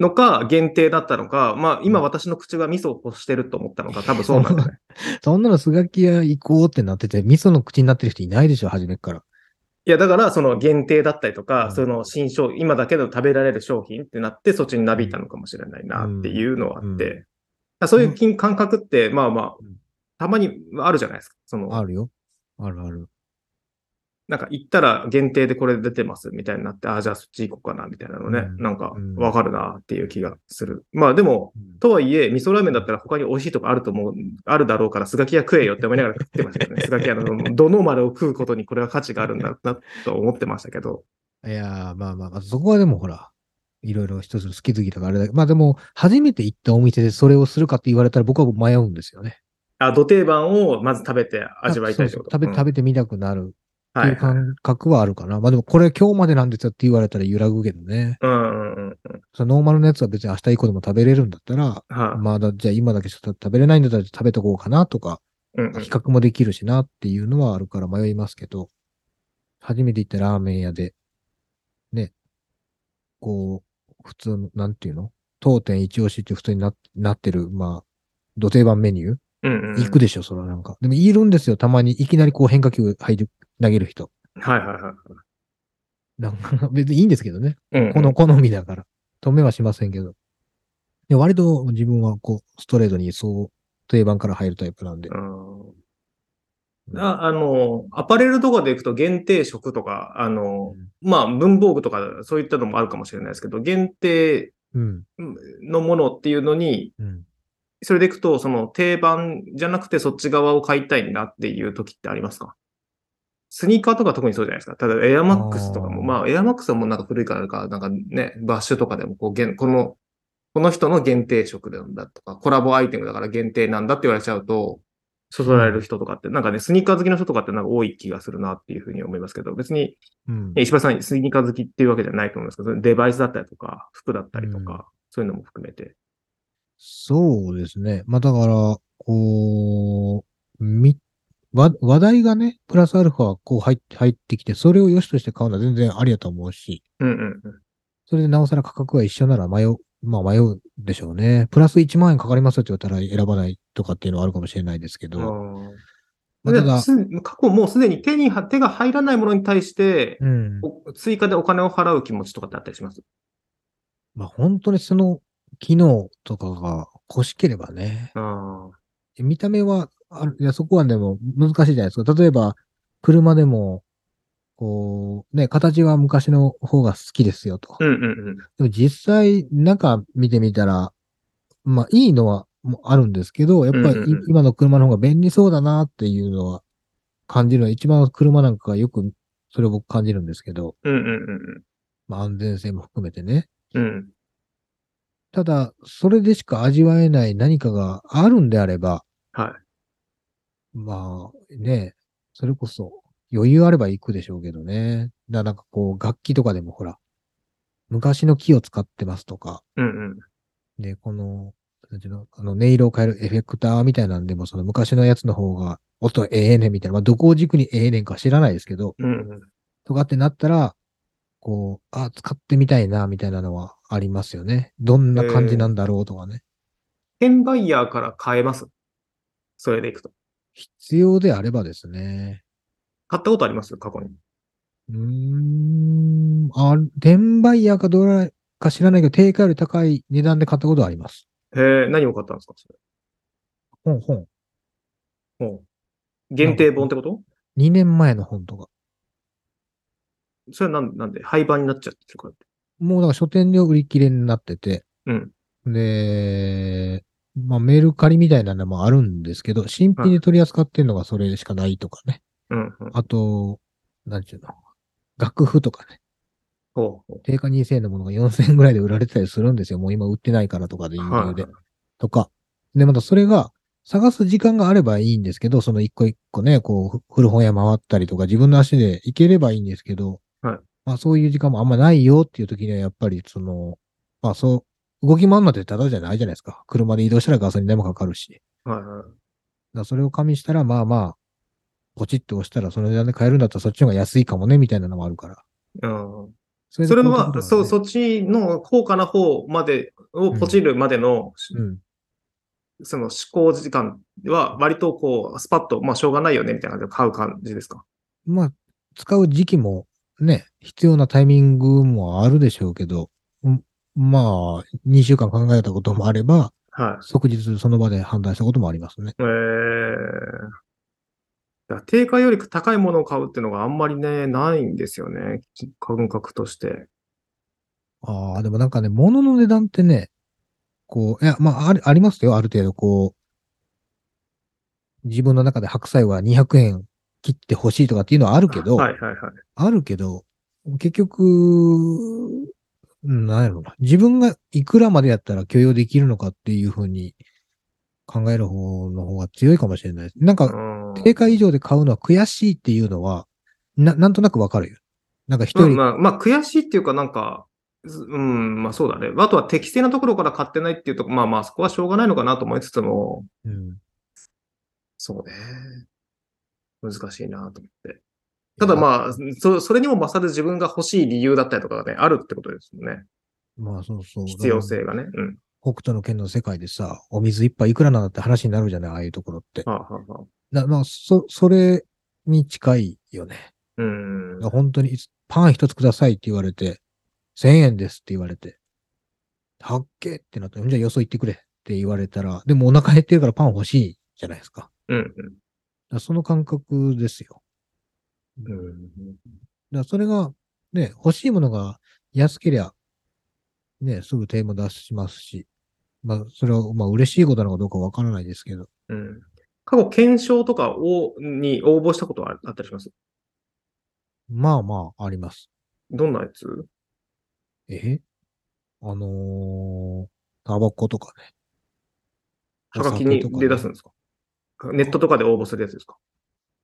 S3: のか、限定だったのか、まあ今私の口が味噌を欲してると思ったのか、多分そうなんだね。
S2: そんなのスガキ屋行こうってなってて、味噌の口になってる人いないでしょ、初めっから。
S3: いや、だから、その限定だったりとか、
S2: うん
S3: その新商今だけの食べられる商品ってなって、そっちになびいたのかもしれないなっていうのはあって、
S2: うん
S3: だからそういう金感覚って、まあまあ
S2: うん、
S3: たまにあるじゃないですか。そ
S2: あ
S3: の、
S2: るよ。あるある。
S3: なんか行ったら限定でこれ出てますみたいになって、ああ、じゃあそっち行こうかなみたいなのね、
S2: うん
S3: なんか
S2: うん
S3: わかるなっていう気がする。まあでも、とはいえ、味噌ラーメンだったら他に美味しいとこあると思う、あるだろうから、スガキ屋食えよって思いながら食ってましたけど ね。スガキ屋の、どの丸を食うことにこれは価値があるんだなと思ってましたけど。
S2: いやー、まあまあまあ、そこはでもほら、いろいろ一つ好き好きだからあれだけど、まあでも、初めて行ったお店でそれをするかって言われたら僕は迷うんですよね。
S3: あ、土定番をまず食べて味わいたいってこと
S2: そうそう食べ、食
S3: べ、
S2: べてみたくなるって
S3: はい
S2: い
S3: はい。
S2: う感覚はあるかな。まあでも、これ今日までなんですよって言われたら揺らぐけどね。
S3: うんうんうん。
S2: そのノーマルのやつは別に明日以降でも食べれるんだったら、
S3: はい。
S2: まあだ、じゃあ今だけちょっと食べれないんだったら食べとこうかなとか、
S3: うんうん
S2: 比較もできるしなっていうのはあるから迷いますけど、初めて行ったラーメン屋で、ね、こう、普通の、なんていうの当店一押しって普通にななってる、まあ、土定番メニュー、
S3: うんうん。
S2: 行くでしょ、それはなんか。でも、いるんですよ、たまに。いきなりこう変化球入る、投げる人。
S3: はいはいはい。
S2: なんか、別にいいんですけどね。
S3: うん、
S2: この、好みだから。止めはしませんけど。で割と自分はこう、ストレートにそう、定番から入るタイプなんで。
S3: うん、ああの、アパレルとかで行くと限定食とか、あの、
S2: うん
S3: まあ文房具とかそういったのもあるかもしれないですけど、限定
S2: うん。
S3: のものっていうのに、
S2: うん。
S3: それで行くと、その定番じゃなくてそっち側を買いたいなっていう時ってありますかスニーカーとか特にそうじゃないですか。ただエアマックスとかも、
S2: あー
S3: まあエアマックスはもうなんか古いからか、なんかね、バッシュとかでもこう、限この、この人の限定色なんだとか、コラボアイテムだから限定なんだって言われちゃうと、そそられる人とかって、なんかね、スニーカー好きの人とかってなんか多い気がするなっていうふうに思いますけど、別に、
S2: うん
S3: ね石破さんスニーカー好きっていうわけじゃないと思うんですけど、そのデバイスだったりとか、服だったりとか、
S2: うん
S3: そういうのも含めて。
S2: そうですね。まあだから、こう、み、わ話題がね、プラスアルファこう入って入ってきて、それを良しとして買うのは全然ありだと思うし、
S3: うんうんうん。
S2: それでなおさら価格が一緒なら迷う、まあ迷うでしょうね。プラス1万円かかりますよって言ったら選ばないとかっていうのはあるかもしれないですけど、
S3: うん
S2: まあただ、
S3: す過去もうすでに手には手が入らないものに対して、
S2: うん。
S3: お追加でお金を払う気持ちとかってあったりします
S2: まあ本当にその機能とかが欲しければね、
S3: あ
S2: 見た目は、あるいや、そこはでも難しいじゃないですか。例えば、車でも、こう、ね、形は昔の方が好きですよと。
S3: うんうん
S2: でも実際、中見てみたら、まあ、いいのはもうあるんですけど、やっぱりい、
S3: うんうんうん
S2: 今の車の方が便利そうだなっていうのは感じるのは、一番車なんかがよく、それを僕感じるんですけど、
S3: うん。うんうん
S2: まあ、安全性も含めてね。
S3: うんうん。うん。
S2: ただ、それでしか味わえない何かがあるんであれば、
S3: は
S2: まあね、それこそ余裕あれば行くでしょうけどね。だなんかこう楽器とかでもほら、昔の木を使ってますとか、
S3: い。うんうん。
S2: で、このなんていうの、あの、音色を変えるエフェクターみたいなんでも、その昔のやつの方が、音ええねんみたいな、まあ、どこを軸にええねんか知らないですけど、
S3: うん。
S2: とかってなったら、こう、あ、使ってみたいな、みたいなのはありますよね。どんな感じなんだろうとかね。
S3: 券バイヤーから買えますそれでいくと。
S2: 必要であればですね。
S3: 買ったことあります過去に。
S2: うーん、あ、転売ヤーかどれか知らないけど、定価より高い値段で買ったことはあります。
S3: へえ、何を買ったんですかそ
S2: 本、本。
S3: れ。もう限定本ってこと
S2: 2年前の本とか。
S3: それはなんなんで廃盤になっちゃってるからって。
S2: もうだから書店で売り切れになってて。
S3: うん。
S2: で、まあメルカリみたいなのもあるんですけど、新品で取り扱ってるのがそれしかないとかね。
S3: うん、うん。
S2: あと、なんていうの楽譜とかね。
S3: ほうほ
S2: 定価2000円のものが4000円ぐらいで売られてたりするんですよ。もう今売ってないからとかで
S3: う。
S2: 言
S3: は
S2: う
S3: い
S2: で。とか。で、またそれが、探す時間があればいいんですけど、その一個一個ね、こう、ふ古本屋回ったりとか、自分の足で行ければいいんですけど、
S3: はい
S2: まあそういう時間もあんまないよっていう時には、やっぱりその、まあそう、動き回るのってただじゃないじゃないですか。車で移動したらガソリン代もかかるし。だか
S3: はいはい。
S2: らそれを加味したら、まあまあ、ポチッと押したらその値段で買えるんだったらそっちの方が安いかもね、みたいなのもあるから。
S3: うん
S2: そ
S3: それ
S2: で買う
S3: は
S2: と、ころ
S3: そう、
S2: ね
S3: そっちの高価な方までをポチるまでの、
S2: うん。
S3: その思考時間は割とこう、スパッと、まあしょうがないよねみたいな感じで買う感じですか。
S2: まあ、使う時期もね、必要なタイミングもあるでしょうけど、うんまあ、2週間考えたこともあれば、
S3: はい。
S2: 即日その場で判断したこともありますね。
S3: えー。だから定価より高いものを買うっていうのがあんまりね、ないんですよね。感覚として。
S2: ああ、でもなんかね、物の値段ってね、こう、いや、まあ、ありありますよ、ある程度、こう、自分の中で白菜は200円切ってほしいとかっていうのはあるけど、
S3: はいはいはい。
S2: あるけど、結局、うんなんやろな。自分がいくらまでやったら許容できるのかっていうふうに考える方の方が強いかもしれないです。なん
S3: う
S2: か、
S3: ん
S2: 定価以上で買うのは悔しいっていうのは、な、なんとなくわかるよ。なんか一
S3: うん
S2: 人、
S3: まあ、まあ、悔しいっていうか、なんか、ずうん、まあそうだね。あとは適正なところから買ってないっていうとこ、まあまあ、そこはしょうがないのかなと思いつつも、
S2: うん
S3: そうね。難しいなと思って。ただまあ、そそれにも勝る自分が欲しい理由だったりとかがね、あるってことですもんね。
S2: まあそうそう。
S3: 必要性がね。うん。
S2: 北斗の剣の世界でさ、お水一杯いくらなんだって話になるじゃない、ああいうところって。
S3: はあ、はあはあ、
S2: なまあ、そ、それに近いよね。
S3: うん。
S2: 本当にいつパン一つくださいって言われて、1000円ですって言われて、はっけってなって、じゃあよそ行ってくれって言われたら、でもお腹減ってるからパン欲しいじゃないですか。だか
S3: うん。
S2: らその感覚ですよ。
S3: う
S2: だか
S3: ん。
S2: らそれが、ね、欲しいものが安けりゃ、ね、すぐ手も出しますし、まあ、それは、まあ、嬉しいことなのかどうかわからないですけど、
S3: うん。過去、検証とかを、に応募したことはあったりします
S2: まあまあ、あります。
S3: どんなやつ
S2: えあのー、タバコとかね。
S3: はがきに
S2: お酒とかね
S3: で出すんですかネットとかで応募するやつですか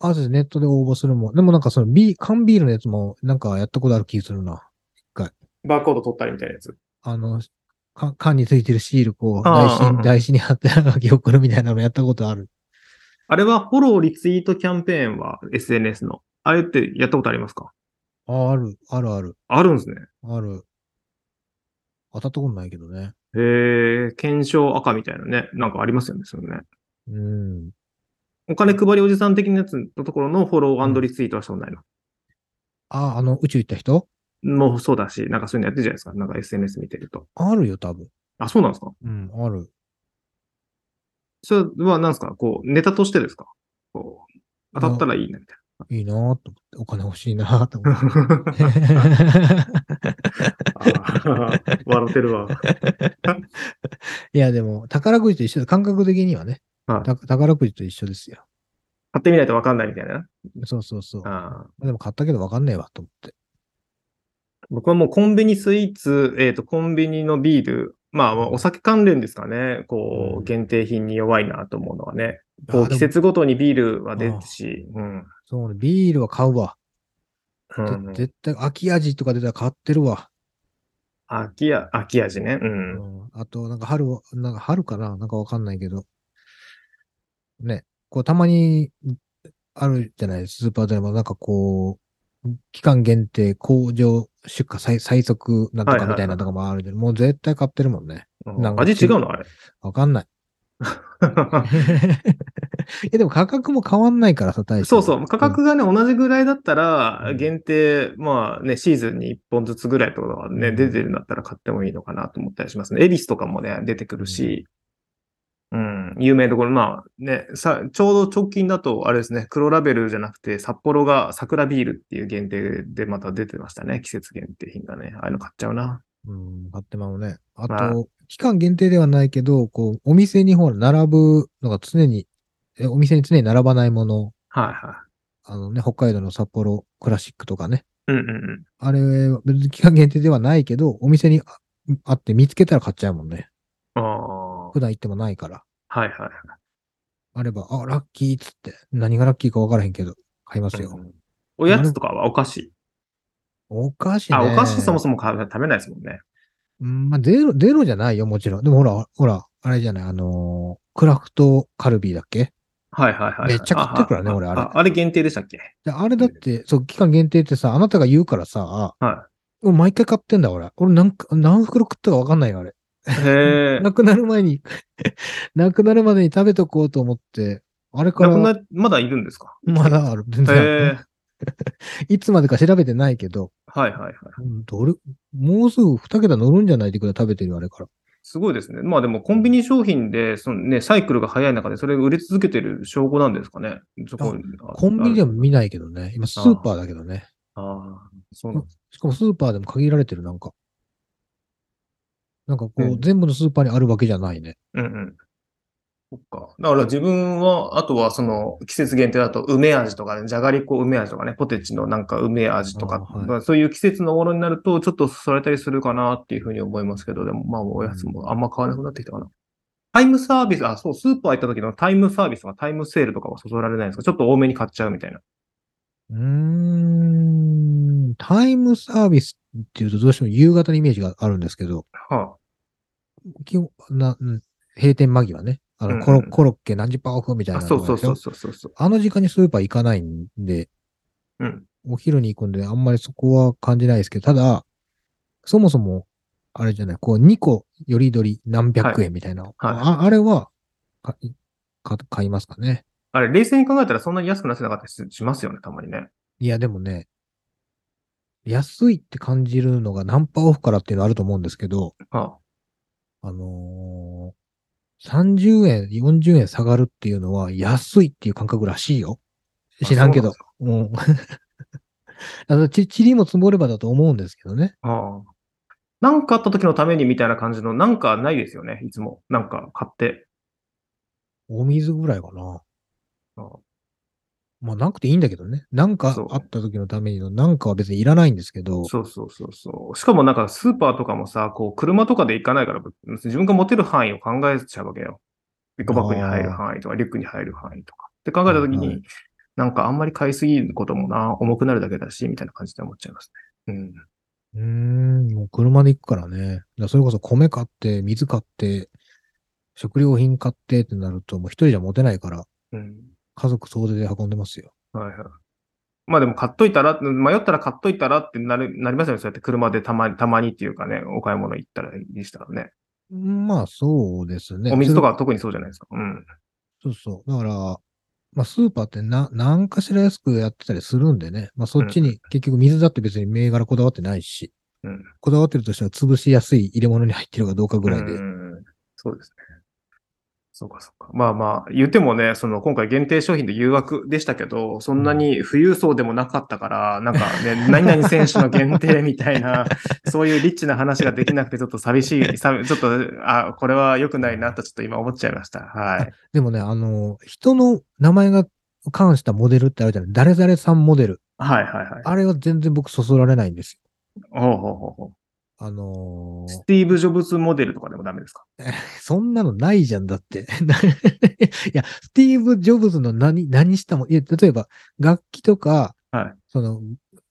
S2: あ、そうです。ネットで応募するもん。でもなんかそのビー、缶ビールのやつもなんかやったことある気するな。
S3: バーコード取ったりみたいなやつ。
S2: あの、か缶についてるシール、こう、
S3: あ
S2: 台
S3: あうんうん
S2: 紙に、台紙に貼ってはがき送るみたいなのやったことある。
S3: あれはフォローリツイートキャンペーンは SNS の。あれってやったことありますか
S2: あある、あるある、
S3: あるんですね。
S2: ある。当たったことないけどね。
S3: へえ、検証赤みたいなね。なんかありますよね、そのね。
S2: うん。
S3: お金配りおじさん的なやつのところのフォローリツイートはしたことない
S2: あ、あの、宇宙行った人
S3: の。もうそうだし、なんかそういうのやってるじゃないですか。なんか SNS 見てると。
S2: あるよ、多分。
S3: あ、そうなんですか
S2: うん、ある。
S3: それは何ですかこう、ネタとしてですかこう、当たったらいいね、みたい
S2: いいなぁと思って、お金欲しいなぁと思っ
S3: な。
S2: て。
S3: あー笑ってるわ。
S2: いや、でも、宝くじと一緒だ。感覚的にはね。
S3: はい
S2: た宝くじと一緒ですよ。
S3: 買ってみないとわかんないみたいな。
S2: そうそうそう。
S3: あー
S2: でも買ったけど分かんねえわと思って。
S3: 僕はもうコンビニスイーツ、えっ、と、コンビニのビール、まあ、まあお酒関連ですかね。こ
S2: う
S3: う、
S2: ん
S3: 限定品に弱いなと思うのはね。
S2: あ
S3: こう、
S2: ー
S3: 季
S2: でも
S3: 節ごとにビールは出るし、うん。
S2: そうね、ビールは買うわ。
S3: うん
S2: ぜ絶対、秋味とか出たら買ってるわ。
S3: 秋や、秋味ね。う。
S2: うんんあと、なんか春を、なんか春かななんかわかんないけど。ね。こう、たまに、あるじゃないスーパードラマ、なんかこう、期間限定、工場出荷最最速なんとかみたいなとかもあるけど、もう絶対買ってるもんね。なんか
S3: 味違うのあ れ。
S2: わか んない。え、でも価格も変わんないからさ、大して。
S3: そうそう。価格がね、同じぐらいだったら、限定、まあね、シーズンに1本ずつぐらいとかがね、
S2: うん
S3: 出てるんだったら買ってもいいのかなと思ったりしますね。エビスとかもね、出てくるし、うん、有名どころ、まあね、さ、ちょうど直近だと、あれですね、黒ラベルじゃなくて、札幌が桜ビールっていう限定でまた出てましたね。季節限定品がね。ああいうの買っちゃうな。
S2: うん、買ってまうね。あと、
S3: まあ
S2: 期間限定ではないけど、こう、お店にほら、並ぶのが常に、えお店に常に並ばないもの、
S3: はいは
S2: あのね、北海道の札幌クラシックとかね。
S3: い。うんうんうん。
S2: あれ、別に期間限定ではないけど、お店にああって見つけたら買っちゃうもんね。
S3: ああ。は
S2: 普段行ってもないから。
S3: いはい。
S2: あれば、あ、ラッキーっつって。何がラッキーか分からへんけど、買いますよ。
S3: うんおやつとかはお菓子。
S2: お菓子ね。
S3: あ、お菓子そも
S2: も。
S3: そも買う食べないですもんね。
S2: うん、まあ、ゼロ、ゼロじゃないよ、もちろん。でもほら、ほら、あれじゃない、あのークラフトカルビーだっけ
S3: はいはいはい。
S2: めっちゃ買ってるからね
S3: あ
S2: 俺あれ
S3: あれ限定でしたっけ
S2: であれだって、そう、期間限定ってさ、あなたが言うからさ、
S3: は
S2: 俺毎回買ってんだ、俺。俺何か、何袋食ったか分かんないよ、あれ。
S3: い。へえ。
S2: なくなる前に、なくなるまでに食べとこうと思って、あれか
S3: な
S2: ら
S3: く、な、まだいるんですか
S2: まだある。全
S3: へ
S2: 然ある
S3: え。
S2: いつまでか調べてないけど、
S3: はいはいはい。
S2: うんどれ、もうすぐ2桁乗るんじゃないってくらい食べてるよ、あれから。
S3: すごいですね。まあでもコンビニ商品で、そのね、サイクルが早い中でそれが売れ続けてる証拠なんですかね。そこ
S2: コンビニでは見
S3: ない。
S2: ないけどね。今、スーパーだけどね。
S3: ああ、そうなんです。
S2: しかもスーパーでも限られてる、なんか。なんかこう、
S3: うん
S2: 全部のスーパーにあるわけじゃないね。
S3: うんうん。そっか。だから自分は、あとはその季節限定だと梅味とかね、じゃがりこ梅味とかね、ポテチのなんか梅味とか、
S2: あーはい
S3: まあそういう季節のものになると、ちょっとそれたりするかなっていうふうに思いますけど、でもまあおやつもあんま買わなくなってきたかな。タイムサービス、あ、そう、スーパー行った時のタイムサービスとかタイムセールとかはそそられないんですかちょっと多めに買っちゃうみたいな。
S2: うーん、タイムサービスっていうとどうしても夕方のイメージがあるんですけど、
S3: は
S2: 基本なうん閉店間際ね。あ
S3: うんう
S2: の
S3: ん
S2: コロ、コロッケ何十パーオフみたい
S3: あ、
S2: な
S3: あ
S2: の
S3: そうそう
S2: とかでし
S3: そ
S2: ょ
S3: うそうそうそう。
S2: あの時間にスーパー行かないんで、
S3: うん。
S2: お昼に行くんであんまりそこは感じないですけど、ただ、そもそも、あれじゃない、こう2個よりどり何百円みたいな。ああれはかか買いますかね。
S3: あれ、冷静に考えたらそんなに安くなってなかったりししますよね、たまにね。
S2: いや、でもね、安いって感じるのが何パーオフからっていうのあると思うんですけど、
S3: は
S2: あのー30円、40円下がるっていうのは安いっていう感覚らしいよ。
S3: あ
S2: 知らんけど。
S3: そ
S2: うん。 あの、ち、塵も積もればだと思うんですけどね。
S3: ああ。なんかあった時のためにみたいな感じの、なんかないですよね、いつも。なんか買って。
S2: お水ぐらいかな。
S3: ああ
S2: まあ、なくていいんだけどね。なんか
S3: そう
S2: あった時のためにの、なんかは別にいらないんですけど。
S3: そうそうそうそう。しかもなんかスーパーとかもさ、こう、車とかで行かないから、自分が持てる範囲を考えちゃうわけよ。エコバッグに入る範囲とか、リュックに入る範囲とか。って考えた時
S2: はいは
S3: に、なんかあんまり買いすぎることもな、重くなるだけだし、みたいな感じで思っちゃいますね。うん。
S2: うーん、もう車で行くからね。だからそれこそ米買って、水買って、食料品買ってってなると、もう一人じゃ持てないから、
S3: うん。
S2: 家族総出で運んでますよ。
S3: はいはい。まあでも買っといたら、迷ったら買っといたらってなるなりますよね。そうやって車でたまに、たまにっていうかね、お買い物行ったらでしたらね。
S2: まあ、そうですね。
S3: お水とかは
S2: そ
S3: 特にそうじゃないですか。うん。
S2: れ。そうそう。だから、まあ、スーパーってな、何かしら安くやってたりするんでね。まあ、そっちに、結局水だって別に銘柄こだわってないし、
S3: うん
S2: こだわってるとしたら潰しやすい入れ物に入ってるかどうかぐらいで。
S3: うんそうですね。そうかそうか。まあまあ、言ってもね、その今回限定商品で誘惑でしたけど、そんなに富裕層でもなかったから、なんかね、 何々選手の限定みたいな、 そういうリッチな話ができなくて、ちょっと寂しい、さちょっと、あ、これは良くないなとちょっと今思っちゃいました。はい。
S2: でもね、あの、人の名前が関したモデルってあるじゃない誰々さんモデル。
S3: はいはいはい。
S2: あれは全然僕そそられないんですよ。
S3: ほうほうほうほう。
S2: あのー
S3: スティーブ・ジョブズモデルとかでもダメですか
S2: そんなのないじゃんだって。 ないや、スティーブ・ジョブズの何、何したもん、いや、例えば、楽器とか、
S3: はい
S2: その、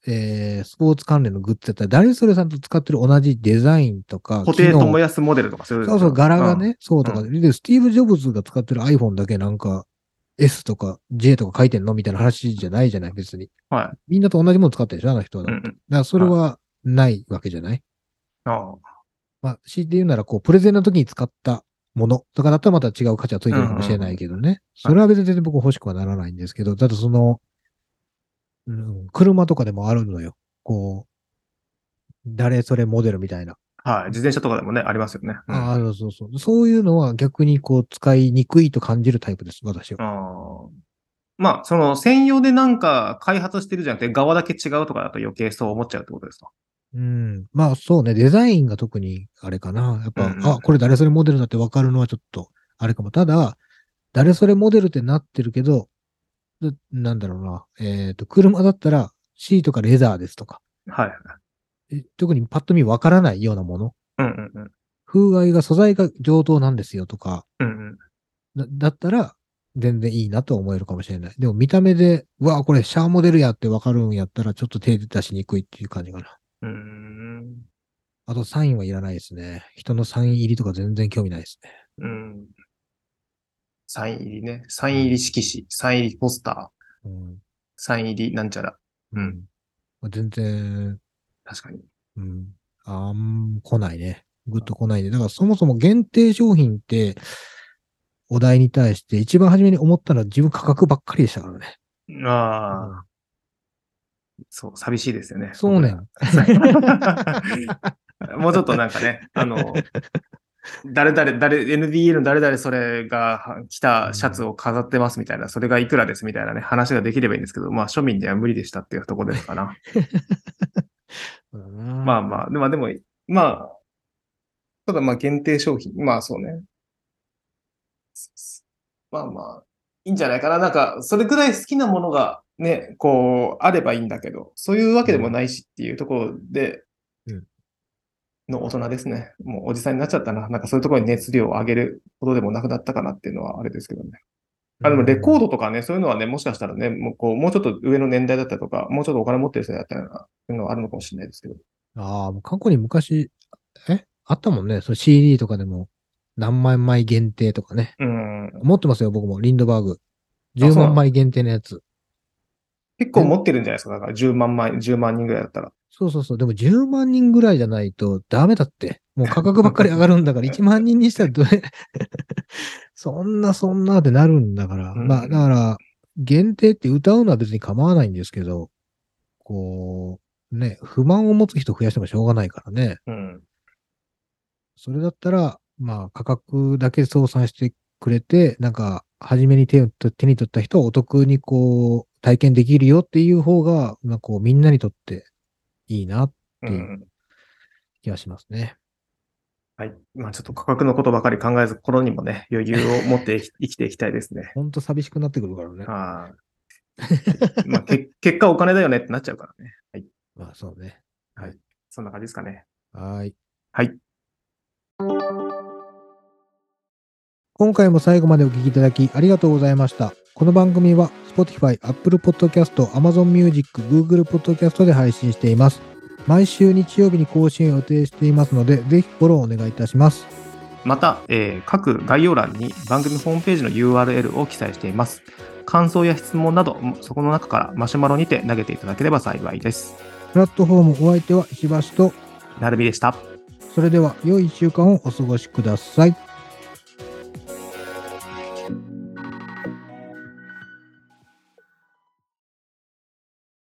S2: えースポーツ関連のグッズだったら、誰それさんと使ってる同じデザインとか、
S3: 固定
S2: 機能
S3: 友安モデルとかそういう。
S2: そうそう、柄がね、
S3: うん。
S2: そうとかで、でスティーブ・ジョブズが使ってる iPhone だけなんか、S とか J とか書いてんのみたいな話じゃないじゃない、別に。
S3: は
S2: みんなと同じもの使ってるでしょ、あの人は。
S3: い。うんう
S2: だか
S3: ん。
S2: らそれはないわけじゃない。
S3: あ
S2: まあ、強いて言うなら、こう、プレゼンの時に使ったものとかだったらまた違う価値はついてるかもしれないけどね。それは別に全然僕欲しくはならないんですけど、だとその、うん、車とかでもあるのよ。こう、誰それモデルみたいな。
S3: あはい。自転車とかでもね、ありますよね。うん
S2: ああの、そうそう。そういうのは逆にこう、使いにくいと感じるタイプです、私は。
S3: あーまあ、その専用でなんか開発してるじゃなくて、側だけ違うとかだと余計そう思っちゃうってことですか
S2: うん。まあそうね、デザインが特にあれかな。やっぱ、
S3: うんうん
S2: あ、これ誰それモデルだってわかるのはちょっと、あれかも。ただ、誰それモデルってなってるけど、ななんだろうな。えっ、と、車だったら、シートかレザーですとか、
S3: はい。
S2: え特にパッと見わからないようなもの。
S3: うんうんうん。
S2: 風合いが、素材が上等なんですよとか、
S3: うんうん。
S2: だだったら、全然いいなと思えるかもしれない。でも見た目で、うわあ、これシャアモデルやってわかるんやったら、ちょっと手出しにくいっていう感じかな。
S3: うーん。
S2: あとサインはいらないですね。人のサイン入りとか全然興味ないですね。
S3: うん。サイン入りね。サイン入り色紙、サイン入りポスター、
S2: うん。
S3: サイン入りなんちゃら。うん。
S2: まあ全然、
S3: 確かに。
S2: うん。あん、来ないね。ぐっと来ないで。だからそもそも限定商品って、お題に対して一番初めに思ったのは自分価格ばっかりでしたからね。
S3: ああ、そう、寂しいですよね。
S2: そうね。
S3: もうちょっとなんかね、あ の、誰々、誰、NBA の誰々それが着たシャツを飾ってますみたいな、それがいくらですみたいなね、話ができればいいんですけど、まあ庶民には無理でしたっていうところですかな。まあま
S2: ま
S3: あ、でまあでも、まあ、ただまあ限定商品、まあそうね。まあまあ、いいんじゃないかな。なんか、それくらい好きなものがね、こう、あればいいんだけど、そういうわけでもないしっていうところで、
S2: うん
S3: の大人ですね。もうおじさんになっちゃったな。なんかそういうところに熱量を上げることでもなくなったかなっていうのはあれですけどね。あでもレコードとかね、そういうのはね、もしかしたらね、もうこうもうちょっと上の年代だったりとか、もうちょっとお金持ってる人だったりとか、そういうのはあるのかもしれないですけど。
S2: ああ、もう過去に昔、えあったもんね。その CD とかでも何万枚限定とかね。
S3: うん、
S2: 持ってますよ、僕も。リンドバーグ。
S3: あそ
S2: 10
S3: うな
S2: 万
S3: の
S2: 枚限定のやつ。
S3: 結構持ってるんじゃないですか。だから10万枚、10万人ぐらいだったら。
S2: そうそうそう。でも10万人ぐらいじゃないとダメだって。もう価格ばっかり上がるんだから、1万人にしたらどれ、 そんなそんなってなるんだから。
S3: うん
S2: まあ、だから、限定って歌うのは別に構わないんですけど、こう、ね、不満を持つ人増やしてもしょうがないからね。
S3: うん。
S2: それだったら、まあ、価格だけ相殺してくれて、なんか、初めに手を手に取った人はお得にこう、体験できるよっていう方が、まあ、こう、みんなにとっていいなって
S3: うん。
S2: 気がしますね。
S3: はい。まあちょっと価格のことばかり考えず、心にもね、余裕を持って生き生きていきたいですね。
S2: ほんと寂しくなってくるからね。
S3: あーまあ、け 結果お金だよねってなっちゃうからね。はい。
S2: まあ、そうね。
S3: そんな感じですかね。
S2: はーい。
S3: はい。
S2: 今回も最後までお聞きいただきありがとうございました。この番組は Spotify、Apple Podcast、Amazon Music、Google Podcast で配信しています。毎週日曜日に更新を予定していますので、ぜひフォローお願いいたします。
S3: また、えー各概要欄に番組ホームページの URL を記載しています。感想や質問など、そこの中からマシュマロにて投げていただければ幸いです。
S2: プラットフォームお相手は石橋と、
S3: なるみでした。
S2: それでは良い1週間をお過ごしください。